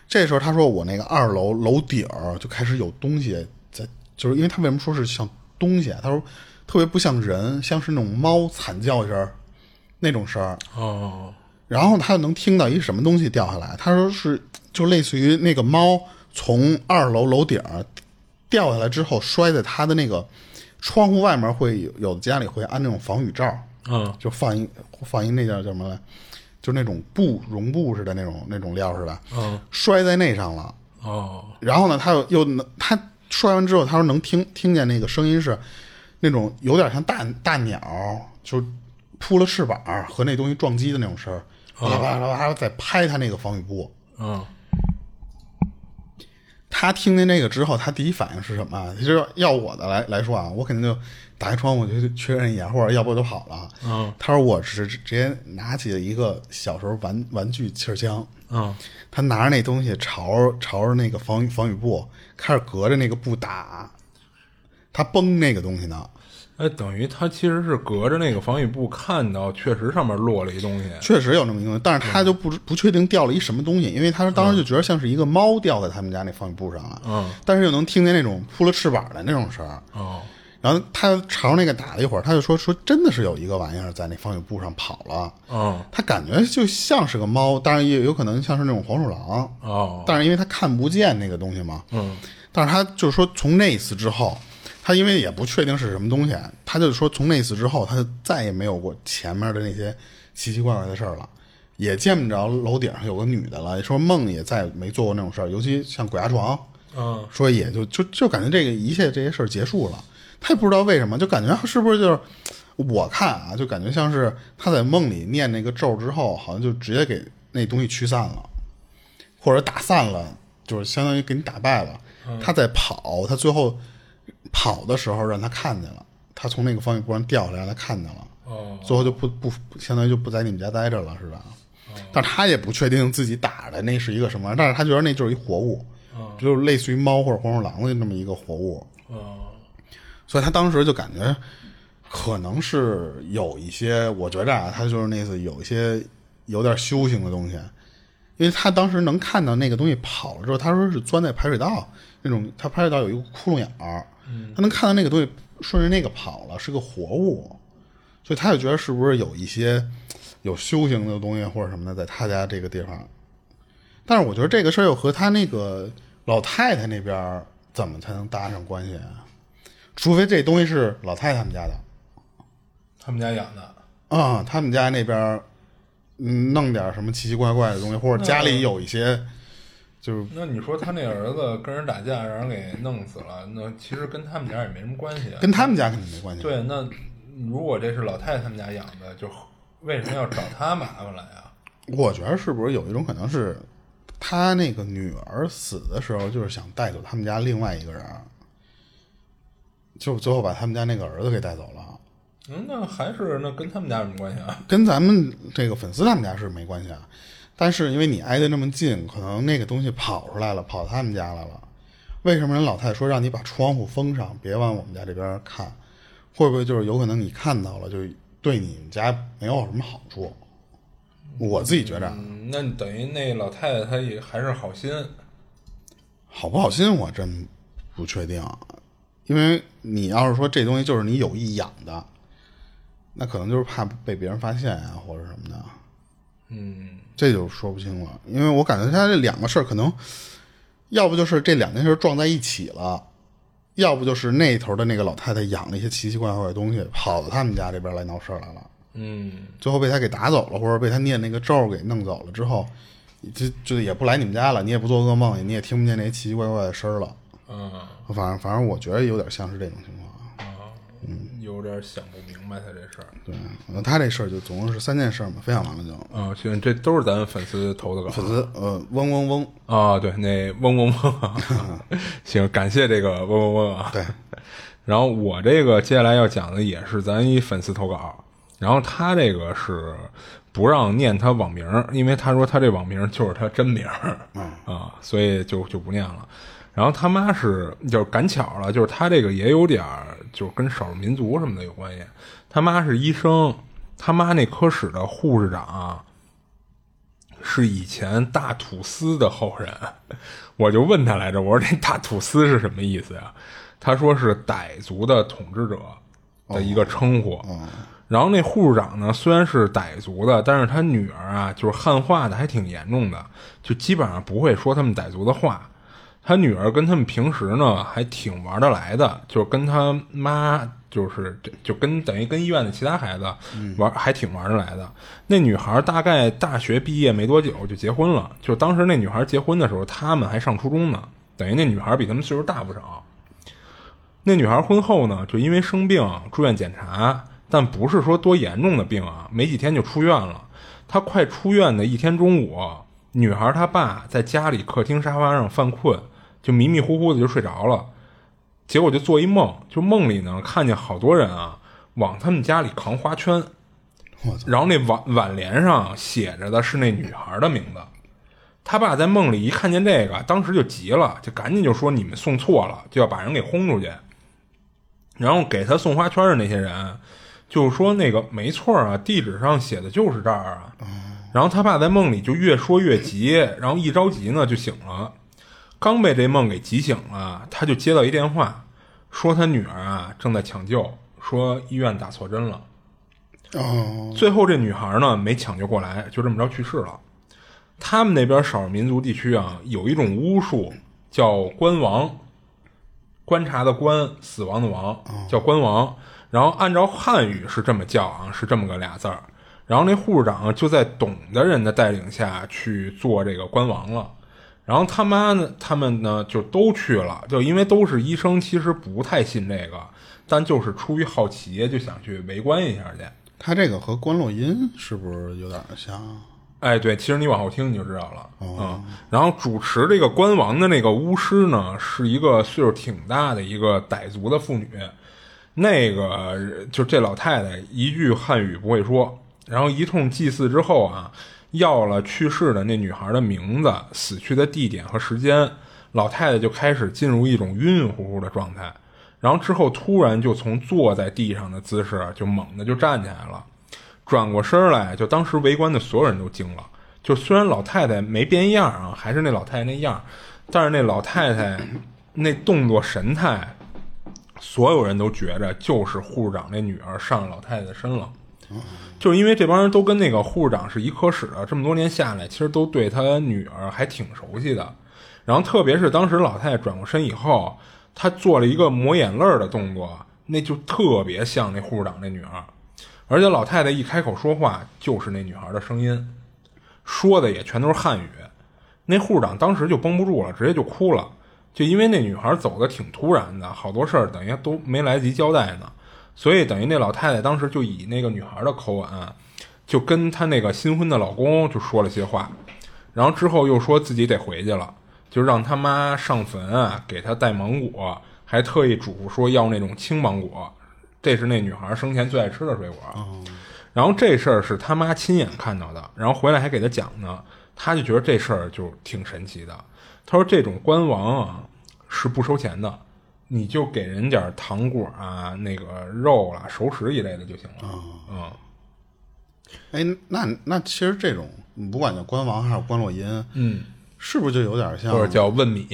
这时候他说我那个二楼楼顶儿就开始有东西在，就是因为他为什么说是像东西啊？他说特别不像人，像是那种猫惨叫一声儿那种声儿。哦，然后他就能听到一什么东西掉下来，他说是就类似于那个猫从二楼楼顶儿掉下来之后摔在他的那个窗户外面会有有的家里会安那种防雨罩，嗯，就放一放一那叫叫什么来，就是那种布绒布似的那种那种料似的，嗯，摔在那上了。哦，然后呢，他又又能他摔完之后，他说能听听见那个声音是那种有点像大大鸟就扑了翅膀和那东西撞击的那种声儿，啪啦啪啦啪啦在拍他那个防雨布。嗯，他听见那个之后，他第一反应是什么啊？其实要我的来来说啊，我肯定就打开窗户就去确认一下，或者要不我就跑了。啊嗯，他说我直直接拿起了一个小时候玩玩具气儿枪，嗯，他拿着那东西朝朝着那个防雨防雨布，开始隔着那个布打，他崩那个东西呢。哎，等于他其实是隔着那个防雨布看到，确实上面落了一东西。确实有那么一个东西，但是他就不知、不确定掉了一什么东西，因为他当时就觉得像是一个猫掉在他们家那放雨布上了，嗯，但是又能听见那种扑了翅膀的那种声儿，哦，然后他朝那个打了一会儿，他就说说真的是有一个玩意儿在那防雨布上跑了，嗯，他感觉就像是个猫，当然也有可能像是那种黄鼠狼，哦，但是因为他看不见那个东西嘛，嗯，但是他就是说从那一次之后，他因为也不确定是什么东西，他就说从那一次之后，他就再也没有过前面的那些奇奇怪怪的事儿了，也见不着楼顶上有个女的了，说梦也再没做过那种事儿，尤其像鬼压床，嗯，说也就就就感觉这个一切这些事儿结束了，他也不知道为什么，就感觉是不是就是。我看啊，就感觉像是他在梦里念那个咒之后，好像就直接给那东西驱散了。或者打散了，就是相当于给你打败了。他在跑，他最后跑的时候让他看见了，他从那个方向布上掉下来，他看见了。哦，最后就不不相当于就不在你们家待着了，是吧？哦但他也不确定自己打的那是一个什么玩意儿，但是他觉得那就是一活物，就是类似于猫或者黄鼠狼的那么一个活物。哦，所以他当时就感觉可能是有一些，我觉着啊，他就是那次有一些有点修行的东西，因为他当时能看到那个东西跑了之后，他说是钻在排水道那种，他排水道有一个窟窿眼儿，嗯他能看到那个东西顺着那个跑了，是个活物，所以他就觉得是不是有一些有修行的东西或者什么的在他家这个地方，但是我觉得这个事儿又和他那个老太太那边儿怎么才能搭上关系啊？除非这东西是老太太他们家的他们家养的，啊、他们家那边儿嗯弄点什么奇奇怪怪的东西，或者家里有一些就是那你说他那儿子跟人打架，让人给弄死了，那其实跟他们家也没什么关系啊。跟他们家肯定没关系。，对，那如果这是老太太他们家养的，就为什么要找他麻烦来啊？我觉得是不是有一种可能是他那个女儿死的时候，就是想带走他们家另外一个人，就最后把他们家那个儿子给带走了。嗯，那还是那跟他们家有什么关系啊？跟咱们这个粉丝他们家是没关系啊，但是因为你挨得那么近，可能那个东西跑出来了，跑他们家来了。为什么人老太太说让你把窗户封上，别往我们家这边看？会不会就是有可能你看到了，就对你们家没有什么好处？我自己觉着啊，嗯，那等于那老太太她也还是好心，好不好心我真不确定，啊因为你要是说这东西就是你有意养的，那可能就是怕被别人发现啊，或者什么的。嗯，这就说不清了，因为我感觉他这两个事儿可能，要不就是这两件事儿撞在一起了，要不就是那头的那个老太太养了一些奇奇怪怪的东西，跑到他们家这边来闹事儿来了，嗯，最后被他给打走了，或者被他念那个咒给弄走了之后，就就也不来你们家了，你也不做噩梦，你也听不见那些奇奇怪怪的声儿了，嗯，反正反正我觉得有点像是这种情况。啊有点想不明白他这事儿。对，反正他这事儿就总共是三件事儿嘛，分享完了就啊，行，这都是咱们粉丝投的稿粉丝呃嗡嗡嗡，啊，对，那嗡嗡嗡啊， [LAUGHS] 行，感谢这个嗡嗡嗡啊。对， [LAUGHS] 然后我这个接下来要讲的也是咱一粉丝投稿，然后他这个是不让念他网名儿，因为他说他这网名儿就是他真名儿啊，所以就就不念了。然后他妈是就是赶巧了，就是他这个也有点儿就是跟少数民族什么的有关系。他妈是医生，他妈那科室的护士长啊、是以前大土司的后人。 [LAUGHS] 我就问他来着，我说这大土司是什么意思呀、他说是傣族的统治者的一个称呼。然后那护士长呢，虽然是傣族的，但是他女儿啊，就是汉化的还挺严重的，就基本上不会说他们傣族的话。他女儿跟他们平时呢还挺玩得来的，就是跟他妈，就是就跟等于跟医院的其他孩子玩，还挺玩得来的。那女孩大概大学毕业没多久就结婚了，就当时那女孩结婚的时候，他们还上初中呢，等于那女孩比他们岁数大不少。那女孩婚后呢，就因为生病住院检查，但不是说多严重的病啊，没几天就出院了。她快出院的一天中午，女孩她爸在家里客厅沙发上犯困，就迷迷糊糊的就睡着了。结果就做一梦，就梦里呢看见好多人啊往他们家里扛花圈，我操，然后那挽挽联上写着的是那女孩的名字。他爸在梦里一看见这个，当时就急了，就赶紧就说你们送错了，就要把人给轰出去。然后给他送花圈的那些人，就是说那个没错啊，地址上写的就是这儿啊。然后他爸在梦里就越说越急，然后一着急呢就醒了，刚被这梦给急醒了，他就接到一电话，说他女儿啊正在抢救，说医院打错针了。哦，最后这女孩呢没抢救过来，就这么着去世了。他们那边少数民族地区啊，有一种巫术叫关王，观察的观，死亡的亡，叫关王。然后按照汉语是这么叫啊，是这么个俩字儿。然后那护士长就在懂的人的带领下去做这个关王了。然后他妈呢，他们呢就都去了，就因为都是医生，其实不太信这个，但就是出于好奇，就想去围观一下去。他这个和关洛音是不是有点像啊？哎，对，其实你往后听你就知道了。嗯，然后主持这个官王的那个巫师呢，是一个岁数挺大的一个傣族的妇女。那个就这老太太一句汉语不会说，然后一通祭祀之后啊，要了去世的那女孩的名字、死去的地点和时间，老太太就开始进入一种晕晕乎乎的状态，然后之后突然就从坐在地上的姿势啊就猛地就站起来了。转过身来，就当时围观的所有人都惊了。就虽然老太太没变样啊，还是那老太太那样，但是那老太太那动作神态，所有人都觉着就是护士长那女儿上老太太的身了。就是因为这帮人都跟那个护士长是一科室的，这么多年下来，其实都对他女儿还挺熟悉的。然后特别是当时老太太转过身以后，她做了一个抹眼泪儿的动作，那就特别像那护士长那女儿。而且老太太一开口说话就是那女孩的声音，说的也全都是汉语。那护士长当时就绷不住了，直接就哭了，就因为那女孩走的挺突然的，好多事儿等于都没来得及交代呢，所以等于那老太太当时就以那个女孩的口吻，啊就跟她那个新婚的老公就说了些话，然后之后又说自己得回去了，就让他妈上坟啊，给她带芒果，还特意嘱咐说要那种青芒果，这是那女孩生前最爱吃的水果。然后这事儿是他妈亲眼看到的，然后回来还给他讲呢，他就觉得这事儿就挺神奇的。他说这种官王啊是不收钱的，你就给人点儿糖果啊、那个肉啦、熟食一类的就行了。嗯，哎，那那其实这种，你不管叫关王还是关洛音，嗯，是不是就有点像或者叫问米，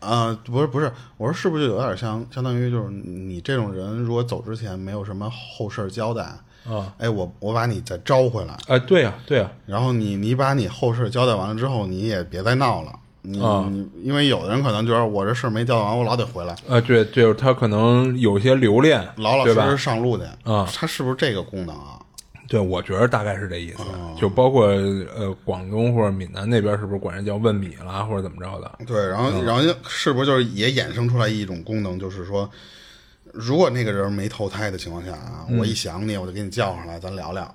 啊、不是不是，我说是不是就有点像，相当于就是你这种人，如果走之前没有什么后事儿交代，啊，哎，我我把你再招回来，哎，对呀、对呀、然后你你把你后事儿交代完了之后，你也别再闹了，你、啊你因为有的人可能觉得我这事儿没交代完，我老得回来，呃，对，就是他可能有些留恋，老老对实吧实？上路去啊，他是不是这个功能啊？对，我觉得大概是这意思。哦就包括呃，广东或者闽南那边是不是管人叫问米啦，或者怎么着的？对，然后、然后是不是就是也衍生出来一种功能，就是说，如果那个人没投胎的情况下啊，嗯我一想你，我就给你叫上来，咱聊啊聊。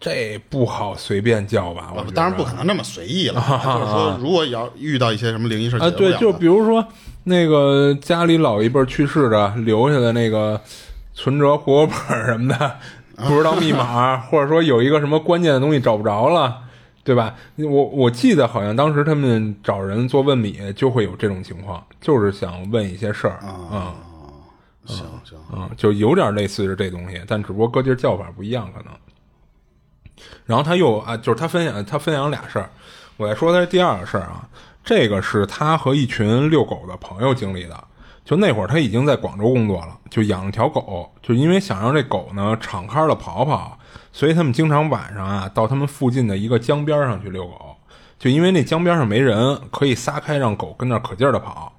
这不好随便叫吧？我觉得啊当然不可能那么随意 [LAUGHS] 了，就是说，如果要遇到一些什么灵异事啊，解对，决就不了比如说那个家里老一辈儿去世的留下的那个存折、户口本儿什么的，不知道密码，或者说有一个什么关键的东西找不着了，对吧？我我记得好像当时他们找人做问米，就会有这种情况，就是想问一些事儿啊的行行，啊，就有点类似于这东西，但只不过各地儿叫法不一样，可能。然后他又啊，就是他分享他分享俩事儿，我再说他第二个事儿啊，这个是他和一群遛狗的朋友经历的。就那会儿他已经在广州工作了，就养了条狗，就因为想让这狗呢敞开了跑跑，所以他们经常晚上啊到他们附近的一个江边上去遛狗，就因为那江边上没人，可以撒开让狗跟那儿可劲儿的跑。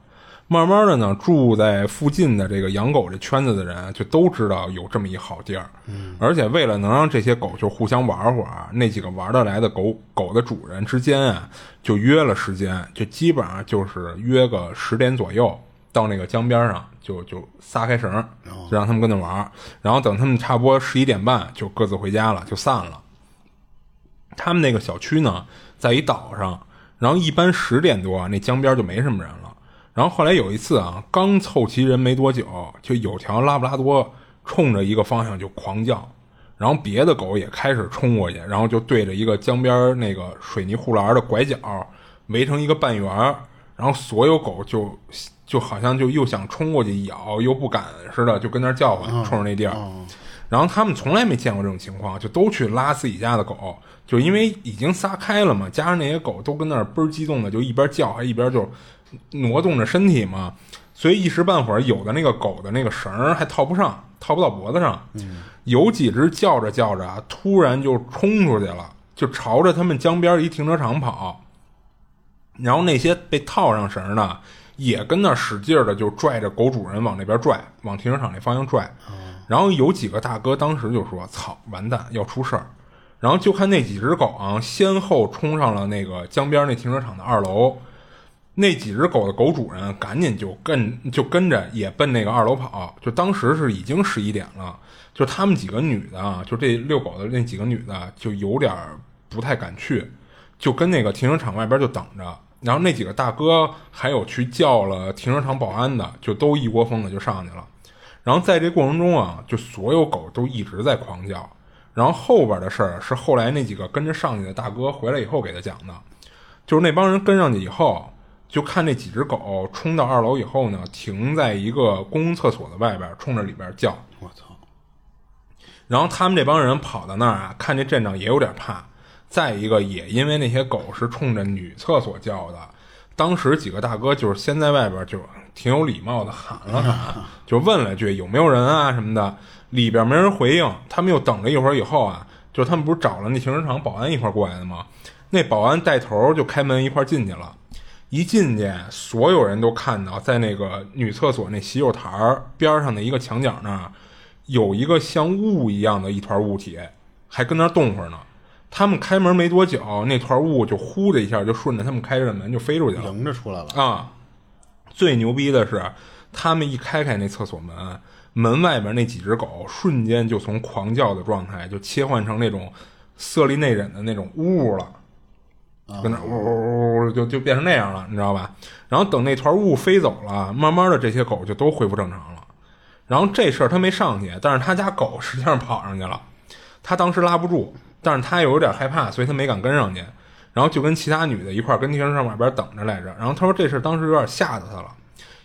慢慢的呢，住在附近的这个养狗这圈子的人啊就都知道有这么一好地儿，而且为了能让这些狗就互相玩会儿，那几个玩得来的狗狗的主人之间啊，就约了时间，就基本上就是约个十点左右到那个江边上，就就撒开绳儿，就让他们跟那玩儿，然后等他们差不多十一点半就各自回家了，就散了。他们那个小区呢，在一岛上，然后一般十点多啊那江边就没什么人了。然后后来有一次啊，刚凑齐人没多久，就有条拉布拉多冲着一个方向就狂叫，然后别的狗也开始冲过去，然后就对着一个江边那个水泥护栏的拐角围成一个半圆儿，然后所有狗就就好像就又想冲过去咬，又不敢似的，就跟那儿叫唤，冲着那地儿。然后他们从来没见过这种情况，就都去拉自己家的狗，就因为已经撒开了嘛，加上那些狗都跟那儿倍儿激动的，就一边叫还一边就挪动着身体嘛，所以一时半会儿有的那个狗的那个绳儿还套不上，套不到脖子上。有几只叫着叫着啊，突然就冲出去了，就朝着他们江边一停车场跑。然后那些被套上绳儿的，也跟那儿使劲的就拽着狗主人往那边拽，往停车场那方向拽。然后有几个大哥当时就说：“操，完蛋，要出事儿！”然后就看那几只狗啊，先后冲上了那个江边那停车场的二楼。那几只狗的狗主人赶紧就跟就跟着也奔那个二楼跑，就当时是已经十一点了，就他们几个女的啊，就这遛狗的那几个女的啊就有点儿不太敢去，就跟那个停车场外边就等着。然后那几个大哥还有去叫了停车场保安的，就都一窝蜂的就上去了。然后在这过程中啊，就所有狗都一直在狂叫。然后后边的事儿是后来那几个跟着上去的大哥回来以后给他讲的，就是那帮人跟上去以后，就看那几只狗冲到二楼以后呢，停在一个公共厕所的外边，冲着里边叫。我操！然后他们这帮人跑到那儿啊，看这阵仗也有点怕。再一个，也因为那些狗是冲着女厕所叫的，当时几个大哥就是先在外边就挺有礼貌的喊了喊，就问了句有没有人啊什么的，里边没人回应。他们又等了一会儿以后啊，就是他们不是找了那停车场保安一块儿过来的吗？那保安带头就开门一块儿进去了。一进去，所有人都看到，在那个女厕所那洗手台儿边上的一个墙角那儿，有一个像雾一样的一团物体，还跟那儿动会儿呢。他们开门没多久，那团雾就呼的一下就顺着他们开着的门就飞出去了。迎着出来了，啊，最牛逼的是，他们一开开那厕所门，门外边那几只狗瞬间就从狂叫的状态就切换成那种色厉内荏的那种呜了，跟那呜呜呜呜就就变成那样了，你知道吧？然后等那团雾飞走了，慢慢的这些狗就都恢复正常了。然后这事儿他没上去，但是他家狗实际上跑上去了，他当时拉不住，但是他又有点害怕，所以他没敢跟上去，然后就跟其他女的一块儿跟停车场外边等着来着。然后他说这事儿当时有点吓着他了，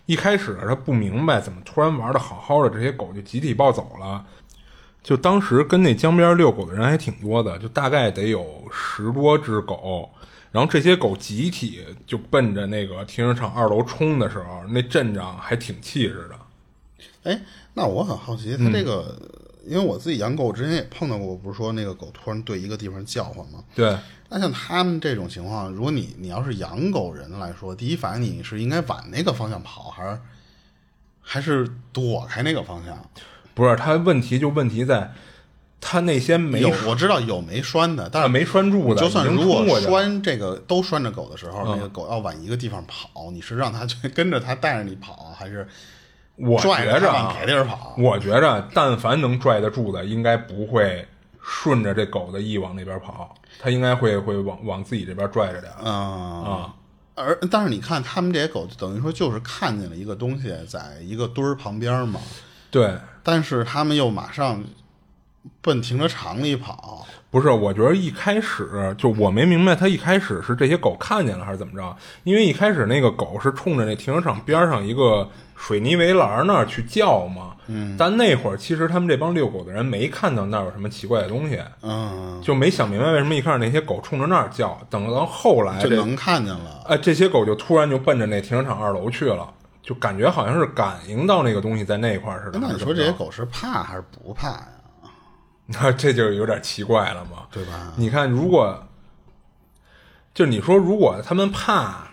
一开始他不明白怎么突然玩的好好的，这些狗就集体暴走了。就当时跟那江边遛狗的人还挺多的，就大概得有十多只狗，然后这些狗集体就奔着那个停车场二楼冲的时候，那阵仗还挺气势的。哎，那我很好奇，它这个，因为我自己养狗之前也碰到过，不是说那个狗突然对一个地方叫唤吗？对，那像他们这种情况，如果你你要是养狗人来说，第一反应你是应该往那个方向跑，还是还是躲开那个方向？不是他问题就问题在，他那些没有我知道有没拴的，但啊是没拴住的，就算已经如果冲过去了嗯拴这个都拴着狗的时候，那个狗要往一个地方跑，你是让它去 [LAUGHS] 跟着它带着你跑，还是我拽着觉着它啊往别地儿跑？我觉着，但凡能拽得住的，应该不会顺着这狗的意往那边跑，它应该会会往往自己这边拽着点儿。啊、而但是你看，他们这些狗就等于说就是看见了一个东西，在一个堆儿旁边嘛，对，但是他们又马上奔停车场里跑。不是，我觉得一开始就我没明白，他一开始是这些狗看见了还是怎么着？因为一开始那个狗是冲着那停车场边上一个水泥围栏那儿去叫嘛。嗯。但那会儿其实他们这帮遛狗的人没看到那儿有什么奇怪的东西，嗯，就没想明白为什么一开始那些狗冲着那儿叫。等到后来就这能看见了。哎，这些狗就突然就奔着那停车场二楼去了，就感觉好像是感应到那个东西在那一块儿似的。哎那你说这些狗是怕还是不怕呀？那 [LAUGHS] 这就有点奇怪了嘛？对吧？你看，如果就你说，如果他们怕，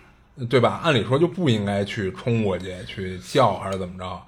对吧？按理说就不应该去冲过去去叫还是怎么着？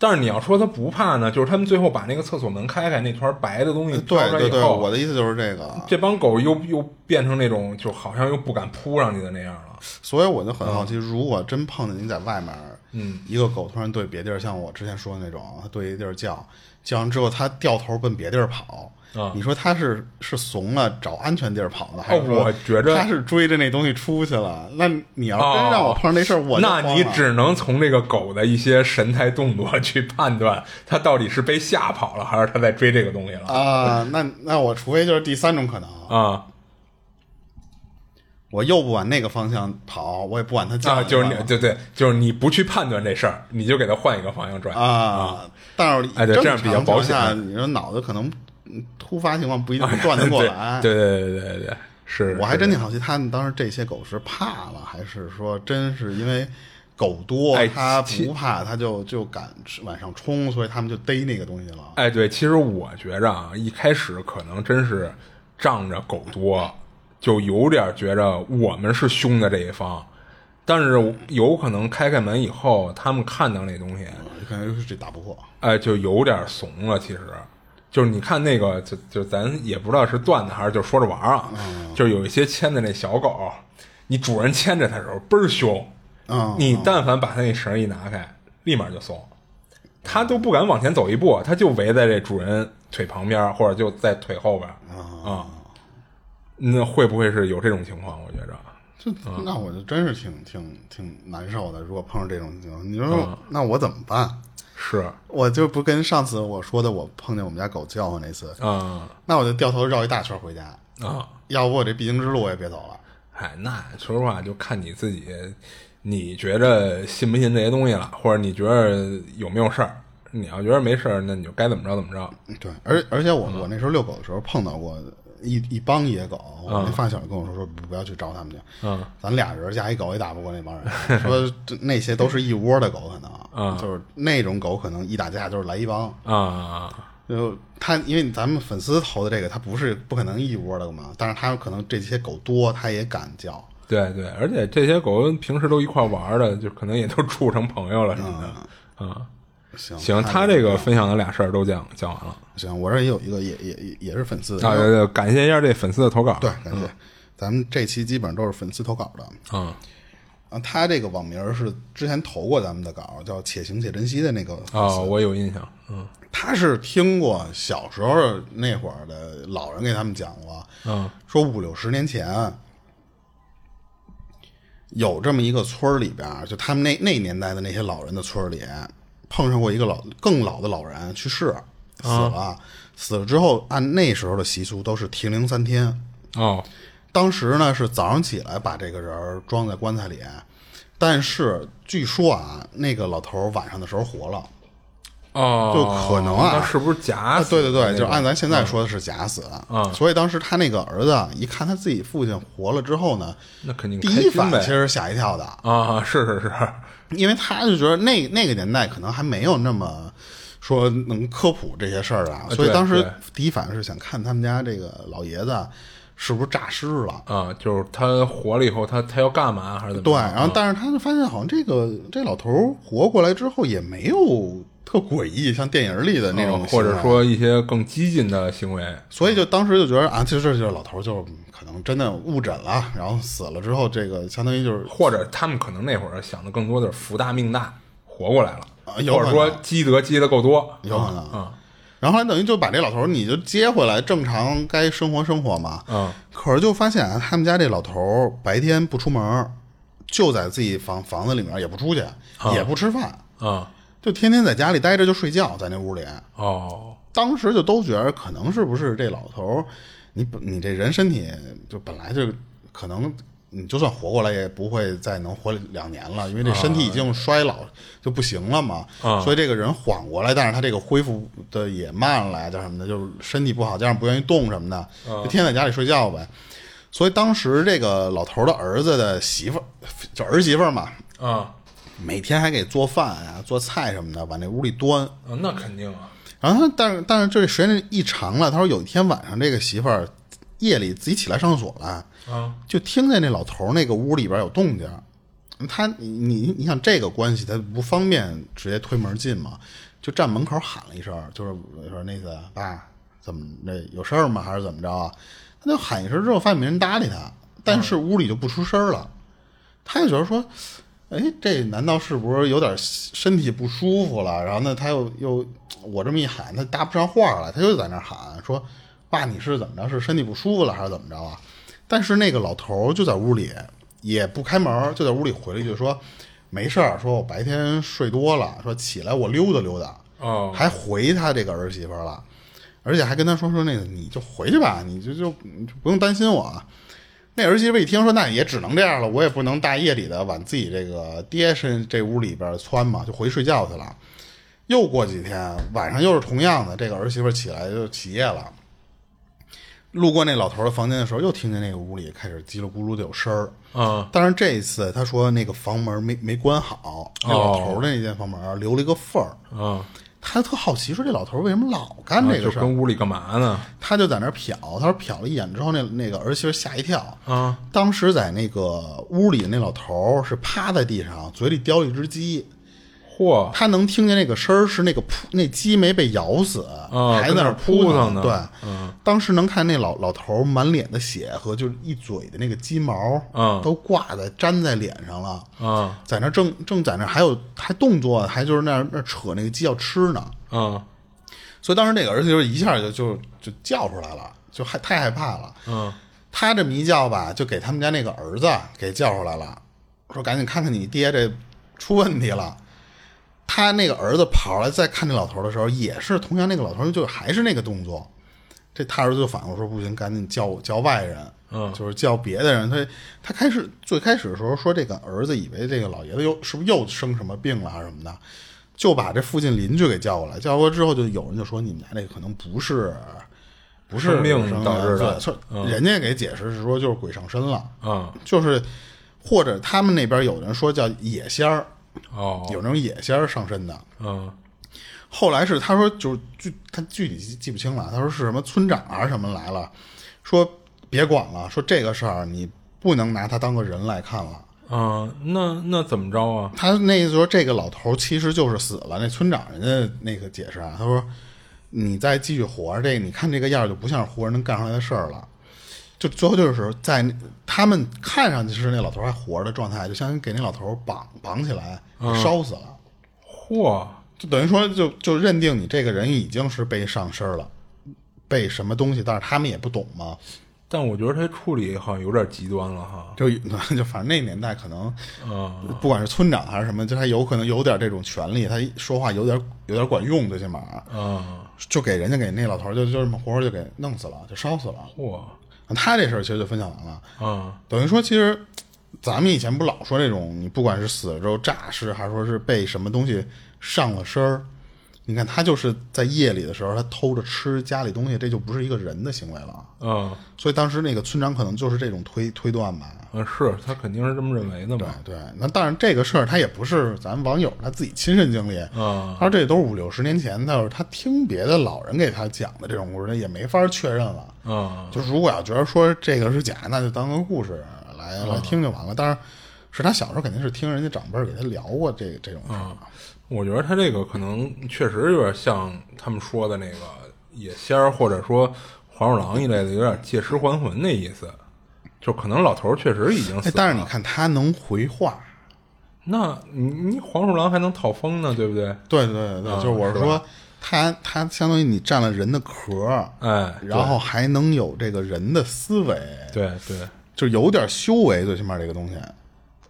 但是你要说他不怕呢，就是他们最后把那个厕所门开开，那团白的东西掏对出来对以对，后，我的意思就是这个。啊这帮狗又又变成那种就好像又不敢扑上去的那样了。所以我就很好嗯奇，如果真碰见你在外面，嗯，一个狗突然对别地儿，像我之前说的那种，它对一地儿叫，叫完之后它掉头奔别地儿跑，啊哦你说它是是怂了找安全地儿跑的，还是说我觉着它是追着那东西出去了？那你要真让我碰上这事儿，我就哦那你慌了只能从这个狗的一些神态动作 [LAUGHS] 去判断，它到底是被吓跑了，还是它在追这个东西了啊啊，那那我除非就是第三种可能，啊？我又不往那个方向跑，我也不管他叫啊，什就是么你，对对，就是你不去判断这事儿，你就给他换一个方向转。 [LAUGHS] 啊，但是哎对正这样比较常情况保险啊下你说脑子可能嗯突发情况不一定转得过对来。 [LAUGHS] 对对对对对，是。我还真是挺好奇，他们当时这些狗是怕了，还是说真是因为狗多哎，它其不怕，它就就敢往上冲，所以他们就逮那个东西了。哎，对，其实我觉着啊，一开始可能真是仗着狗多，就有点觉着我们是凶的这一方，但是有可能开开门以后，他们看到那东西，可能就是这打不破，哎，就有点怂了。其实，就是你看那个，就就咱也不知道是段子还是就说着玩儿啊，就是有一些牵的那小狗，你主人牵着它的时候倍儿凶，嗯你但凡把它那绳儿一拿开，立马就松，它都不敢往前走一步，它就围在这主人腿旁边，或者就在腿后边啊、那会不会是有这种情况？我觉着。这嗯那我就真是挺挺挺难受的。如果碰上这种情况，你嗯说那我怎么办？是啊、我就不跟上次我说的，我碰见我们家狗叫唤那次，嗯、那我就掉头绕一大圈回家。啊，要不我这必经之路我也别走了。哎，那说实话，就看你自己，你觉着信不信这些东西了，或者你觉着有没有事儿。你要觉得没事儿，那你就该怎么着怎么着。对，而而且嗯我我那时候遛狗的时候碰到过一一帮野狗，我那发小跟我说说不要去招他们去，嗯，咱俩人加一狗也打不过那帮人， [LAUGHS] 说这那些都是一窝的狗，可能，嗯就是那种狗可能一打架就是来一帮，啊就他因为咱们粉丝投的这个，他不是不可能一窝的嘛，但是他可能这些狗多，他也敢叫，对对，而且这些狗平时都一块儿玩儿的，就可能也都处成朋友了什么的。嗯啊，行行，他这个分享的俩事儿都讲讲完了行，我这也有一个也也也也是粉丝啊，嗯对对，感谢一下这粉丝的投稿。对，感谢，咱们这期基本上都是粉丝投稿的，嗯，啊，他这个网名儿是之前投过咱们的稿，叫“且行且珍惜”的那个粉丝。啊，我有印象。嗯他是听过小时候那会儿的老人给他们讲过，嗯说五六十年前有这么一个村儿里边儿，就他们那那年代的那些老人的村儿里，碰上过一个老更老的老人去世，死了，死了之后按那时候的习俗都是停灵三天。哦当时呢是早上起来把这个人儿装在棺材里，但是据说啊，那个老头儿晚上的时候活了。哦，就可能啊那是不是假啊，死对对的那对，种？就是按咱现在说的是假死的。嗯所以当时他那个儿子啊一看他自己父亲活了之后呢，那肯定第开一心反呗其实是吓一跳的，啊，是是 [LAUGHS] 是，因为他就觉得那那个年代可能还没有那么说能科普这些事儿啊，所以对当时对第一反应是想看他们家这个老爷子是不是诈尸了。啊，就是他活了以后，他他要干嘛还是怎么着？对，然后但是他就发现好像这个这老头儿活过来之后也没有特诡异，像电影里的那种行嗯或为、者说一些更激进的行为所以就当时就觉得啊，其实这就是老头儿就是可能真的误诊了，然后死了之后，这个相当于就是或者他们可能那会儿想的更多的是福大命大，活过来了，啊有可或者能说积德积得够多，有可能。嗯然后后来等于就把这老头儿你就接回来，正常该生活生活嘛。嗯可是就发现啊，他们家这老头儿白天不出门儿，就在自己房房子里面也不出去，嗯也不吃饭，啊就天天在家里待着就睡觉，在那屋里。哦当时就都觉得可能是不是这老头儿，你本你这人身体就本来就可能，你就算活过来也不会再能活两年了，因为这身体已经衰老就不行了嘛。啊所以这个人缓过来，但是他这个恢复的也慢了呀，叫什么的，就是身体不好，加上不愿意动什么的，就天天在家里睡觉呗。所以当时这个老头儿的儿子的媳妇儿，就儿媳妇儿嘛，啊，每天还给做饭啊、做菜什么的，往那屋里端。嗯那肯定啊，然后他，但是但是这时间一长了，他说有一天晚上，这个媳妇儿夜里自己起来上厕所了，啊就听见那老头儿那个屋里边有动静儿。他你你你想这个关系，他不方便直接推门进嘛，就站门口喊了一声，就是说那个爸怎么着有事儿吗？还是怎么着啊？他就喊一声之后，发现没人搭理他，但是屋里就不出声儿了。他就觉得说，哎，这难道是不是有点身体不舒服了？然后呢，他又又我这么一喊，他搭不上话来，他又在那儿喊说：“爸，你是怎么着？是身体不舒服了还是怎么着啊？”但是那个老头儿就在屋里也不开门，就在屋里回了一句说：“没事儿，说我白天睡多了，说起来我溜达溜达。”哦还回他这个儿媳妇儿了，而且还跟他说说那个你就回去吧，你就就你就不用担心我啊。那儿媳妇一听说，那也只能这样了，我也不能大夜里的往自己这个爹身这屋里边窜嘛，就回去睡觉去了。又过几天晚上又是同样的，这个儿媳妇起来就起夜了，路过那老头的房间的时候，又听见那个屋里开始叽里咕噜的有声儿。啊，但是这一次他说那个房门没没关好，那老头的那间房门留了一个缝儿。啊，他特好奇，说这老头为什么老干这就个事儿？跟屋里干嘛呢？他就在那儿瞟，他说瞟了一眼之后，那那个儿媳妇吓一跳啊！当时在那个屋里，那老头儿是趴在地上，嘴里叼了一只鸡，嚯，他能听见那个声儿，是那个扑那鸡没被咬死，啊还在那儿跟那儿扑腾呢。呢嗯对，当时能看那老老头儿满脸的血和就是一嘴的那个鸡毛，嗯都挂在粘在脸上了，啊在那儿正正在那儿还有还动作，还就是那儿那儿扯那个鸡要吃呢。啊所以当时那个儿子就一下就就就叫出来了，就害太害怕了。嗯他这么一叫吧，就给他们家那个儿子给叫出来了，说赶紧看看你爹这出问题了。他那个儿子跑来再看那老头的时候，也是同样那个老头就还是那个动作。这他儿子就反过来说不行，赶紧叫叫外人，嗯就是叫别的人。他他开始最开始的时候说这个儿子以为这个老爷子又是不是又生什么病了还是啊什么的，就把这附近邻居给叫过来。叫过来之后，就有人就说你们家这个可能不是不是生病生导致的嗯对说人家给解释是说就是鬼上身了，啊就是或者他们那边有人说叫野仙儿，哦有那种野仙儿上身的。嗯后来是他说就是具他具体记记不清了，他说是什么村长啊什么来了，说别管了，说这个事儿你不能拿他当个人来看了。啊，那那怎么着啊？他那意思说这个老头其实就是死了。那村长人家那个解释啊，他说你再继续活着，这个你看这个样儿就不像是活人能干出来的事儿了。就最后就是在那他们看上去是那老头还活着的状态，就相当于给那老头绑绑起来烧死了，嚯，就等于说就就认定你这个人已经是被上身了，被什么东西，但是他们也不懂嘛，但我觉得他处理好像有点极端了哈。就 [LAUGHS] 就反正那年代可能啊不管是村长还是什么，就他有可能有点这种权利，他一说话有点有点管用，最起码啊，就给人家给那老头儿就就这么活活就给弄死了，就烧死了。嚯他这事儿其实就分享完了，啊等于说其实咱们以前不老说这种，你不管是死了之后诈尸，还是说是被什么东西上了身儿，你看他就是在夜里的时候，他偷着吃家里东西，这就不是一个人的行为了。啊所以当时那个村长可能就是这种推推断吧。啊，是他肯定是这么认为的嘛。啊对，那当然这个事儿他也不是咱网友他自己亲身经历，啊他说这都是五六十年前，他说他听别的老人给他讲的这种故事，他也没法确认了。啊就是如果要觉得说这个是假，那就当个故事来啊来听就完了。当然，是他小时候肯定是听人家长辈儿给他聊过这这种事儿。啊我觉得他这个可能确实有点像他们说的那个野仙儿，或者说黄鼠狼一类的，有点借尸还魂那意思。就可能老头儿确实已经死哎了，，但是你看他能回话，那你你黄鼠狼还能讨风呢，对不对？对对对啊对，就是我是说他他相当于你占了人的壳儿，哎对然后还能有这个人的思维，对对，就有点修为，最起码这个东西。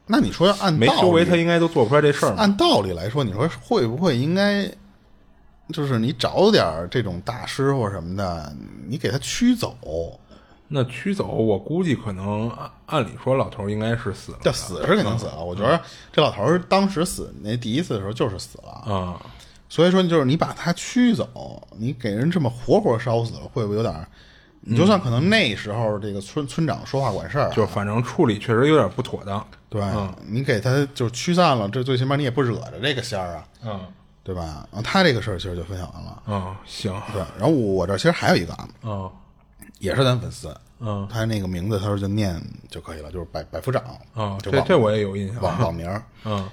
那你说要按没道修为理他应该都做不出来这事儿嘛。按道理来说，你说会不会应该，就是你找点儿这种大师或什么的，你给他驱走，那驱走，我估计可能按按理说老头儿应该是死了这死是肯定死了。啊嗯我觉得这老头儿当时死那第一次的时候就是死了，啊，所以说就是你把他驱走，你给人这么活活烧死了，会不会有点儿？你就算可能那时候这个村村长说话管事儿啊，就反正处理确实有点不妥当。对，嗯你给他就是驱散了，这最起码你也不惹着这个仙儿啊，嗯对吧？然后他这个事儿其实就分享完了。嗯，行对，然后我我这儿其实还有一个啊，嗯也是咱粉丝，嗯他那个名字他说就念就可以了，就是百百夫长啊，就这网这我也有印象。网网名儿。 [LAUGHS] 嗯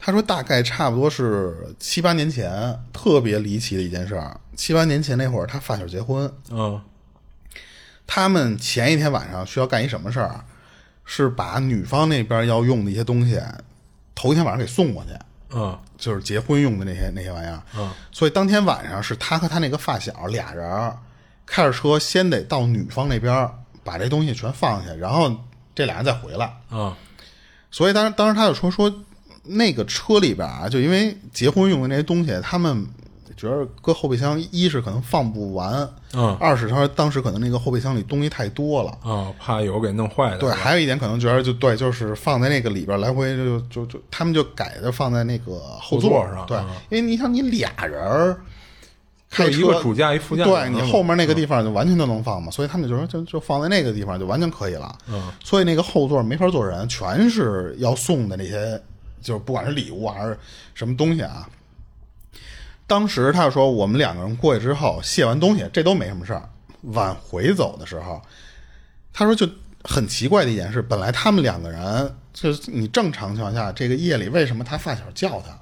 他说大概差不多是七八年前，特别离奇的一件事儿。七八年前那会儿，他发小结婚，嗯他们前一天晚上需要干一什么事儿，是把女方那边要用的一些东西，头一天晚上给送过去。嗯就是结婚用的那些那些玩意儿。嗯，所以当天晚上是他和他那个发小俩人儿开着车，先得到女方那边儿把这东西全放下，然后这俩人再回来。嗯所以当时当时他就说说那个车里边啊，就因为结婚用的那些东西，他们觉得搁后备箱，一是可能放不完，嗯二是他当时可能那个后备箱里东西太多了，啊，怕有给弄坏的。对，还有一点可能觉得就对，就是放在那个里边儿来回就就就他们就改着放在那个后座座上对嗯，因为你想你俩人儿开就一个车主驾一副驾对你嗯后面那个地方就完全就能放嘛，所以他们就说就就放在那个地方就完全可以了。嗯，所以那个后座没法坐人，全是要送的那些，就是不管是礼物啊还是什么东西啊。当时他就说，我们两个人过去之后卸完东西，这都没什么事儿。往回走的时候，他说就很奇怪的一点是，本来他们两个人就是你正常情况下，这个夜里为什么他发小叫他，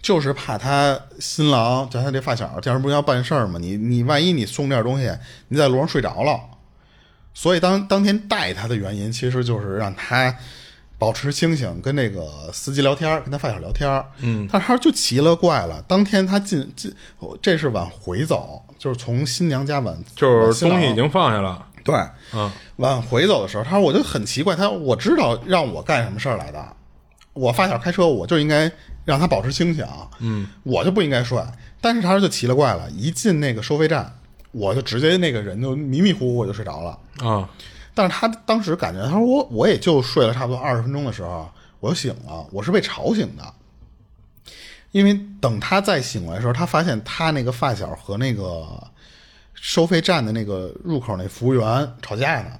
就是怕他新郎叫他这发小，这样不是要办事儿吗？你你万一你送点东西，你在路上睡着了，所以当当天带他的原因，其实就是让他保持清醒，跟那个司机聊天儿，跟他发小聊天儿。嗯，但是他就奇了怪了，当天他进进，哦这是往回走，就是从新娘家往就是东西已往新郎经放下了，对，嗯，往回走的时候，他说我就很奇怪，他说我知道让我干什么事儿来的，我发小开车，我就应该让他保持清醒，嗯，我就不应该睡。但是他说就奇了怪了，一进那个收费站，我就直接那个人就迷迷糊糊我就睡着了。啊，但是他当时感觉，他说我我也就睡了差不多二十分钟的时候，我就醒了，我是被吵醒的。因为等他再醒来的时候，他发现他那个发小和那个收费站的那个入口那服务员吵架呢，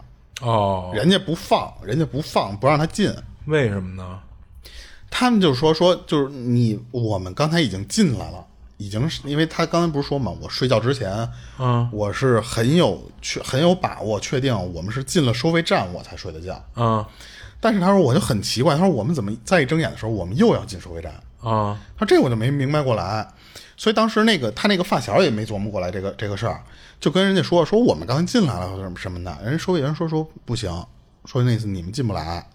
哦，人家不放，人家不放，不让他进。为什么呢？他们就说说就是你我们刚才已经进来了，已经是因为他刚才不是说嘛，我睡觉之前，嗯，我是很有确很有把握确定我们是进了收费站我才睡的觉。啊但是他说我就很奇怪，他说我们怎么再一睁眼的时候，我们又要进收费站？啊他说这我就没明白过来，所以当时那个他那个发小也没琢磨过来这个这个事儿，就跟人家说说我们刚才进来了或者什么的，人家收费员说说不行，说那次你们进不来，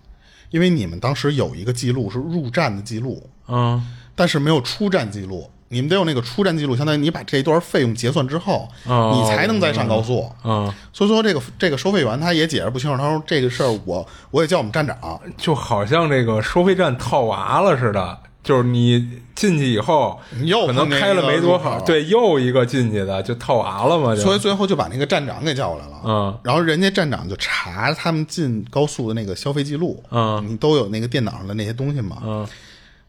因为你们当时有一个记录是入站的记录，啊但是没有出站记录，你们得有那个出站记录，相当于你把这一段费用结算之后，哦你才能再上高速。啊！所以说这个这个收费员他也解释不清楚，他说这个事儿我我也叫我们站长，就好像这个收费站套娃了似的，就是你进去以后，你又可能碰见开了一个没多入口好，对，又一个进去的就套娃了嘛，就所以最后就把那个站长给叫过来了。嗯，然后人家站长就查他们进高速的那个消费记录，嗯你都有那个电脑上的那些东西嘛。嗯，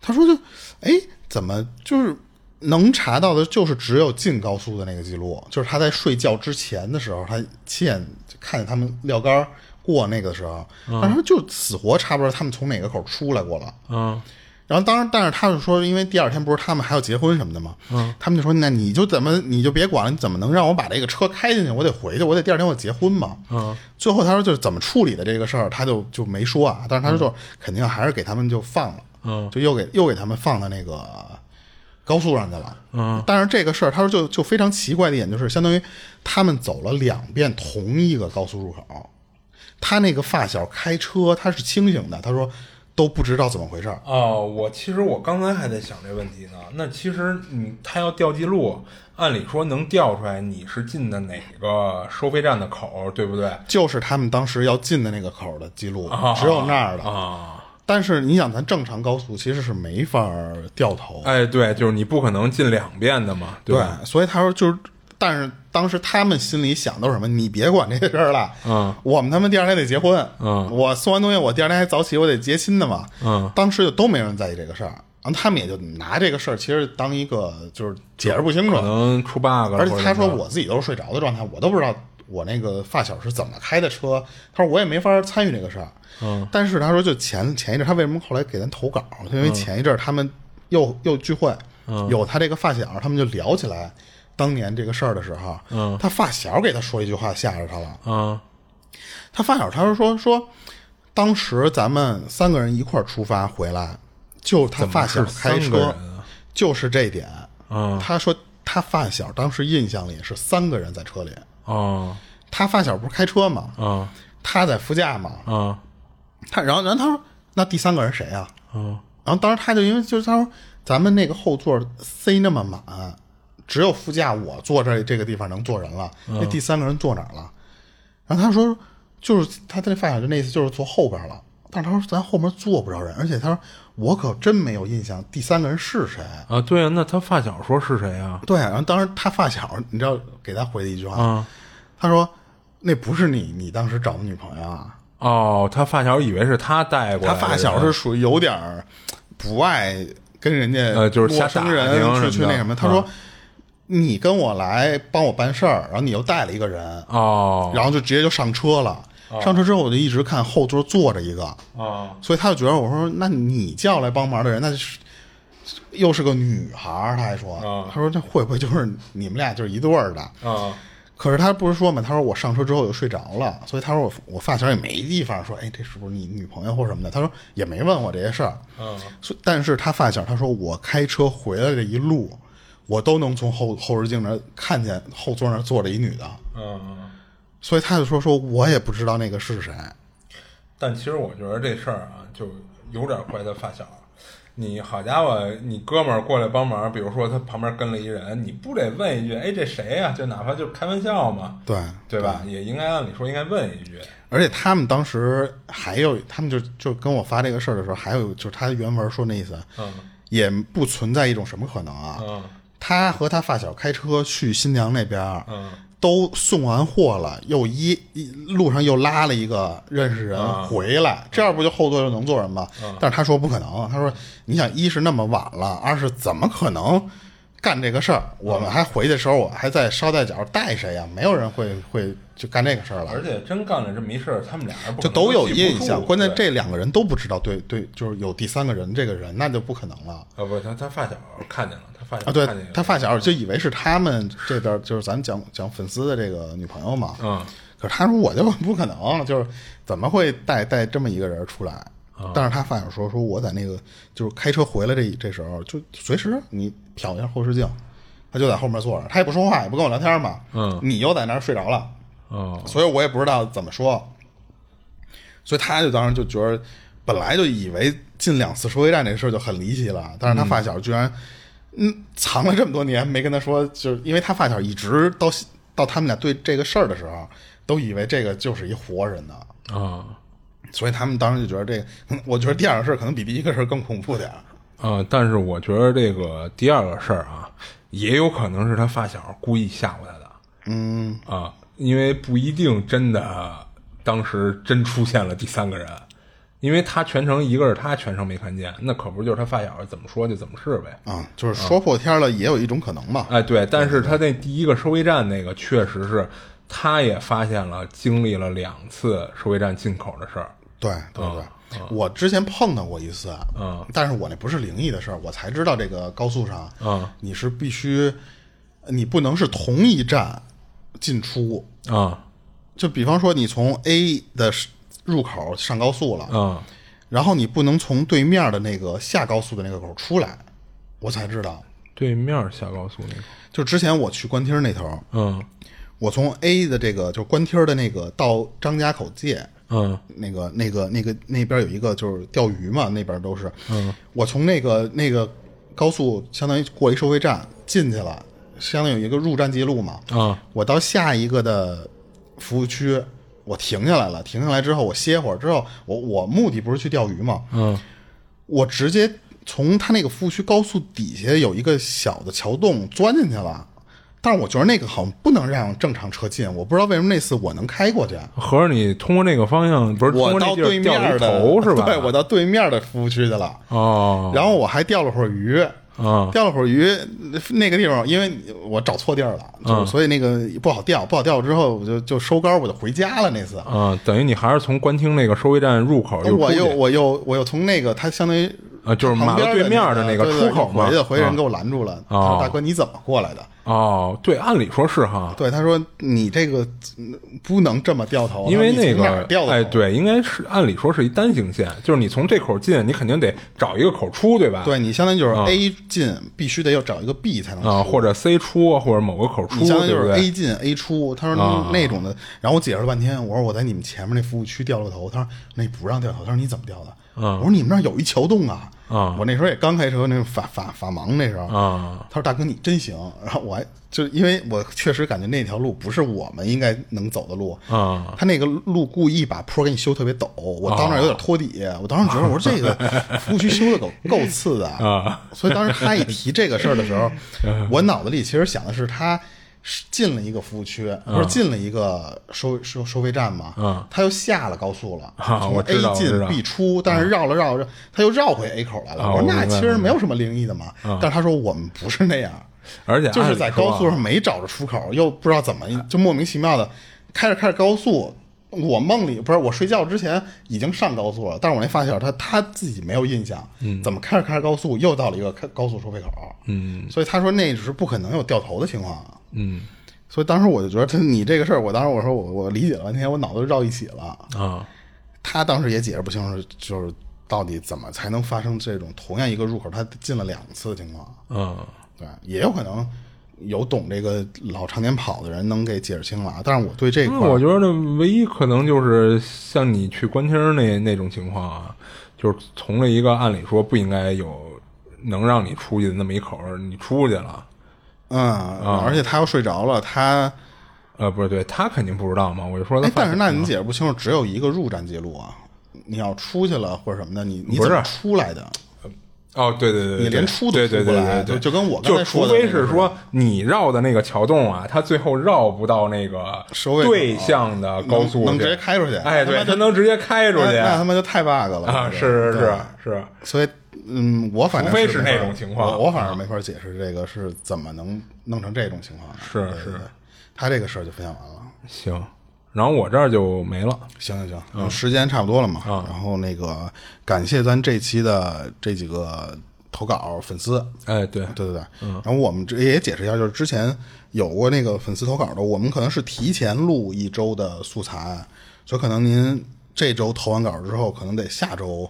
他说就，哎，怎么就是能查到的，就是只有进高速的那个记录，就是他在睡觉之前的时候，他亲眼就看见他们撂杆儿过那个的时候，但是他就死活查不出来他们从哪个口出来过了。嗯然后当然，但是他们说，因为第二天不是他们还要结婚什么的嘛，嗯，他们就说，那你就怎么你就别管了，你怎么能让我把这个车开进去？我得回去，我得第二天我结婚嘛，嗯。最后他说就是怎么处理的这个事儿，他就就没说啊，但是他说就肯定还是给他们就放了，嗯，就又给又给他们放到那个高速上去了，嗯。但是这个事儿，他说就就非常奇怪的一点就是，相当于他们走了两遍同一个高速入口，他那个发小开车他是清醒的，他说都不知道怎么回事儿。哦，我其实我刚才还在想这问题呢。那其实你他要调记录，按理说能调出来你是进的哪个收费站的口，对不对？就是他们当时要进的那个口的记录，只有那儿的。啊，但是你想，咱正常高速其实是没法儿掉头，哎，对，就是你不可能进两遍的嘛，对吧？所以他说就是，但是当时他们心里想的是什么？你别管这些事儿了，嗯，我们他妈第二天得结婚，嗯我送完东西，我第二天还早起，我得结亲的嘛，嗯，当时就都没人在意这个事儿，然后他们也就拿这个事儿，其实当一个就是解释不清楚可，能出 bug 了。而且或者他说怎么着我自己都是睡着的状态，我都不知道我那个发小是怎么开的车。他说我也没法参与这个事儿。嗯，但是他说就前前一阵儿他为什么后来给咱投稿？因为前一阵儿他们又又聚会，有他这个发小，他们就聊起来当年这个事儿的时候，嗯，他发小给他说一句话吓着他了。啊他发小他是说说，当时咱们三个人一块儿出发回来，就他发小开怎么是三个人车啊，就是这点。嗯他说他发小当时印象里是三个人在车里，啊他发小不是开车嘛，啊他在副驾嘛，啊他然后然后他说那第三个人谁啊？啊！然后当时他就因为就是他说咱们那个后座塞那么满，只有副驾我坐这这个地方能坐人了，那第三个人坐哪儿了？然后他说就是他他那发小就那意思就是坐后边了，但是他说咱后面坐不着人，而且他说我可真没有印象第三个人是谁。啊，对啊，那他发小说是谁啊？对，然后当时他发小，你知道给他回了一句话，啊他说那不是你，你当时找的女朋友啊？哦，他发小以为是他带过他来的人，发小是属于有点儿不爱跟人家呃就是瞎陌打生人听什么的啊去去那什么，他说你跟我来帮我办事儿，然后你又带了一个人，哦然后就直接就上车了。上车之后，我就一直看后座坐着一个，哦所以他就觉得我说那你叫来帮忙的人，那就是又是个女孩儿。他还说，他说这会不会就是你们俩就是一对儿的？哦可是他不是说嘛，他说我上车之后就睡着了，所以他说我我发小也没地方说，哎，这是不是你女朋友或什么的？他说也没问我这些事儿。嗯，所以但是他发小他说我开车回来这一路，我都能从后后视镜那儿看见后座那儿坐着一女的，嗯。所以他就说说我也不知道那个是谁。但其实我觉得这事儿啊，就有点怪他发小。你好家伙，你哥们儿过来帮忙，比如说他旁边跟了一人，你不得问一句，哎，这谁呀、就哪怕就开玩笑嘛，对对吧？也应该按理说应该问一句。而且他们当时还有，他们就就跟我发这个事儿的时候，还有就是他原文说那意思，嗯，也不存在一种什么可能啊，嗯，他和他发小开车去新娘那边儿，嗯，都送完货了，又一一路上又拉了一个认识人嗯回来，这样不就后座就能坐人吗？但是他说不可能，他说你想，一是那么晚了，二是怎么可能？干这个事儿，我嗯们还回去的时候，我还在捎带脚带谁呀、没有人会会就干这个事儿了。而且真干了这么一事儿，他们俩人不可就能都有记不印住象。关键对这两个人都不知道，对对，就是有第三个人这个人，那就不可能了啊，不，他他发小看见了，他发小啊！对看见有他发小就以为是他们这边，就是咱讲讲粉丝的这个女朋友嘛。嗯，可是他说我就不可能，就是怎么会带带这么一个人出来？嗯但是他发小说说我在那个就是开车回来这这时候，就随时你瞟一下后视镜，他就在后面坐着，他也不说话，也不跟我聊天嘛。嗯，你又在那儿睡着了。哦所以我也不知道怎么说。所以他就当时就觉得，本来就以为进两次收费站这事儿就很离奇了，但是他发小居然，嗯，藏了这么多年没跟他说，就是因为他发小一直到到他们俩对这个事儿的时候，都以为这个就是一活人呢，啊所以他们当时就觉得这个， [LAUGHS] 嗯我觉得第二个事儿可能比第一个事儿更恐怖点儿。啊！但是我觉得这个第二个事儿啊，也有可能是他发小故意吓唬他的。嗯，啊，因为不一定真的当时真出现了第三个人，因为他全程一个是他全程没看见，那可不就是他发小怎么说就怎么是呗。啊，就是说破天儿了，也有一种可能吧。哎，对，但是他那第一个收费站那个确实是，他也发现了经历了两次收费站进口的事儿。对对对，我之前碰到过一次，嗯，但是我那不是灵异的事儿，我才知道这个高速上，嗯，你是必须，你不能是同一站进出，啊就比方说你从 A 的入口上高速了，啊然后你不能从对面的那个下高速的那个口出来，我才知道，对面下高速那个，就之前我去官厅那头，嗯我从 A 的这个就官厅的那个到张家口界，嗯那个、那个、那个那边有一个就是钓鱼嘛，那边都是。嗯，我从那个那个高速，相当于过一收费站进去了，相当于有一个入站记录嘛。啊我到下一个的服务区，我停下来了。停下来之后，我歇会儿之后，我我目的不是去钓鱼嘛，嗯我直接从他那个服务区高速底下有一个小的桥洞钻进去了。但是我觉得那个好像不能让正常车进，我不知道为什么那次我能开过去。合着你通过那个方向不是通我过到那地对儿掉面一的头是吧？对，我到对面的服务区去了，哦，然后我还钓了会儿鱼。啊钓了会儿鱼，那个地方因为我找错地儿了，嗯就所以那个不好钓，不好钓之后我就就收竿，我就回家了。那次，啊，等于你还是从官厅那个收费站入口又我出去又我又我又从那个他相当于啊就是马路旁边对面的那那个出口嘛回去回去啊人给我拦住了，他哦说大哥你怎么过来的？哦，对，按理说是哈，对，他说你这个嗯不能这么掉头，因为他说那你从哪儿个掉的哎，头对，应该是按理说是一单行线，就是你从这口进，你肯定得找一个口出，对吧？对你相当于就是 A 进，必须得要找一个 B 才能嗯啊，出或者 C 出啊，或者某个口出，你相当于对就是不对啊 A？进 A 出，他说那种的，然后我解释了半天，我说我在你们前面那服务区掉了头，他说那不让掉头，他说你怎么掉的？我说你们那儿有一桥洞啊，啊我那时候也刚开始有那种法法法盲那时候啊，他说大哥你真行，然后我还就因为我确实感觉那条路不是我们应该能走的路啊，他那个路故意把坡给你修特别陡，我到那儿有点托底，我当时觉得我说这个服务区修的够够次的啊，所以当时他一提这个事儿的时候，我脑子里其实想的是他。是进了一个服务区，不是进了一个收收收费站嘛？啊他又下了高速了，啊从我 A 知道我知进道 B 出，但是绕了绕，绕他又绕回 A 口来了。啊我说我那明其白实明白啊没有什么灵异的嘛。但是他说我们不是那样，而且按理就说啊是在高速上没找着出口，又不知道怎么就莫名其妙的开着开着高速。我梦里不是我睡觉之前已经上高速了，但是我那发小他他自己没有印象，怎么开着开着高速又到了一个开高速收费口，嗯，所以他说那是不可能有掉头的情况，啊嗯所以当时我就觉得他你这个事儿，我当时我说我我理解了半天，我脑子绕一起了，啊他当时也解释不清楚，就是到底怎么才能发生这种同样一个入口他进了两次的情况。啊对，也有可能有懂这个老常年跑的人能给解释清了啊。但是我对这块那儿，嗯我觉得唯一可能就是像你去官厅那那种情况啊，就是从了一个按理说不应该有能让你出去的那么一口儿，你出去了。嗯，啊而且他要睡着了，他呃，不是，对他肯定不知道嘛。我就说他哎，发但小是那你解释不清楚，只有一个入站记录啊。你要出去了或者什么的，你你不怎是么出来的？哦，对对对对对，你连出都对对出不对对来对对，就就跟我刚就才除说的非那个是似说你绕的那个桥洞啊，它最后绕不到那个收尾口啊对向的高速去，能能直接开出去哎，他对，妈就它能直接开出去那那他妈就太 bug 了啊！我觉得是是对是是，所以，嗯，我反正除非是是没法那种情况啊我我反正没法解释这个是怎么能弄成这种情况的。是对对是对他这个事儿就分享完了。行。然后我这儿就没了。行行行，啊时间差不多了嘛。然后那个，感谢咱这期的这几个投稿粉丝。哎，对，对对对，然后我们这也解释一下，就是之前有过那个粉丝投稿的，我们可能是提前录一周的素材，所以可能您这周投完稿之后，可能得下周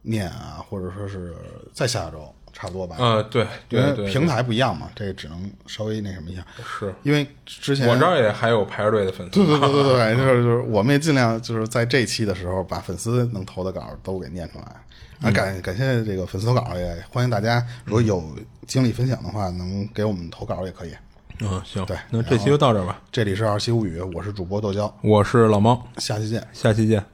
念啊，或者说是再下周，差不多吧。呃，对因对为对，平台不一样嘛，这个只能稍微那什么一下。是因为之前我这儿也还有排着队的粉丝对对对对对，就是就是，我们也尽量就是在这期的时候把粉丝能投的稿都给念出来。啊，感感谢这个粉丝投稿，也欢迎大家如果有经历分享的话，能给我们投稿也可以。嗯，行，对那这期就到这儿吧。这里是二七物语，我是主播豆椒，我是老猫，下期见。下期见。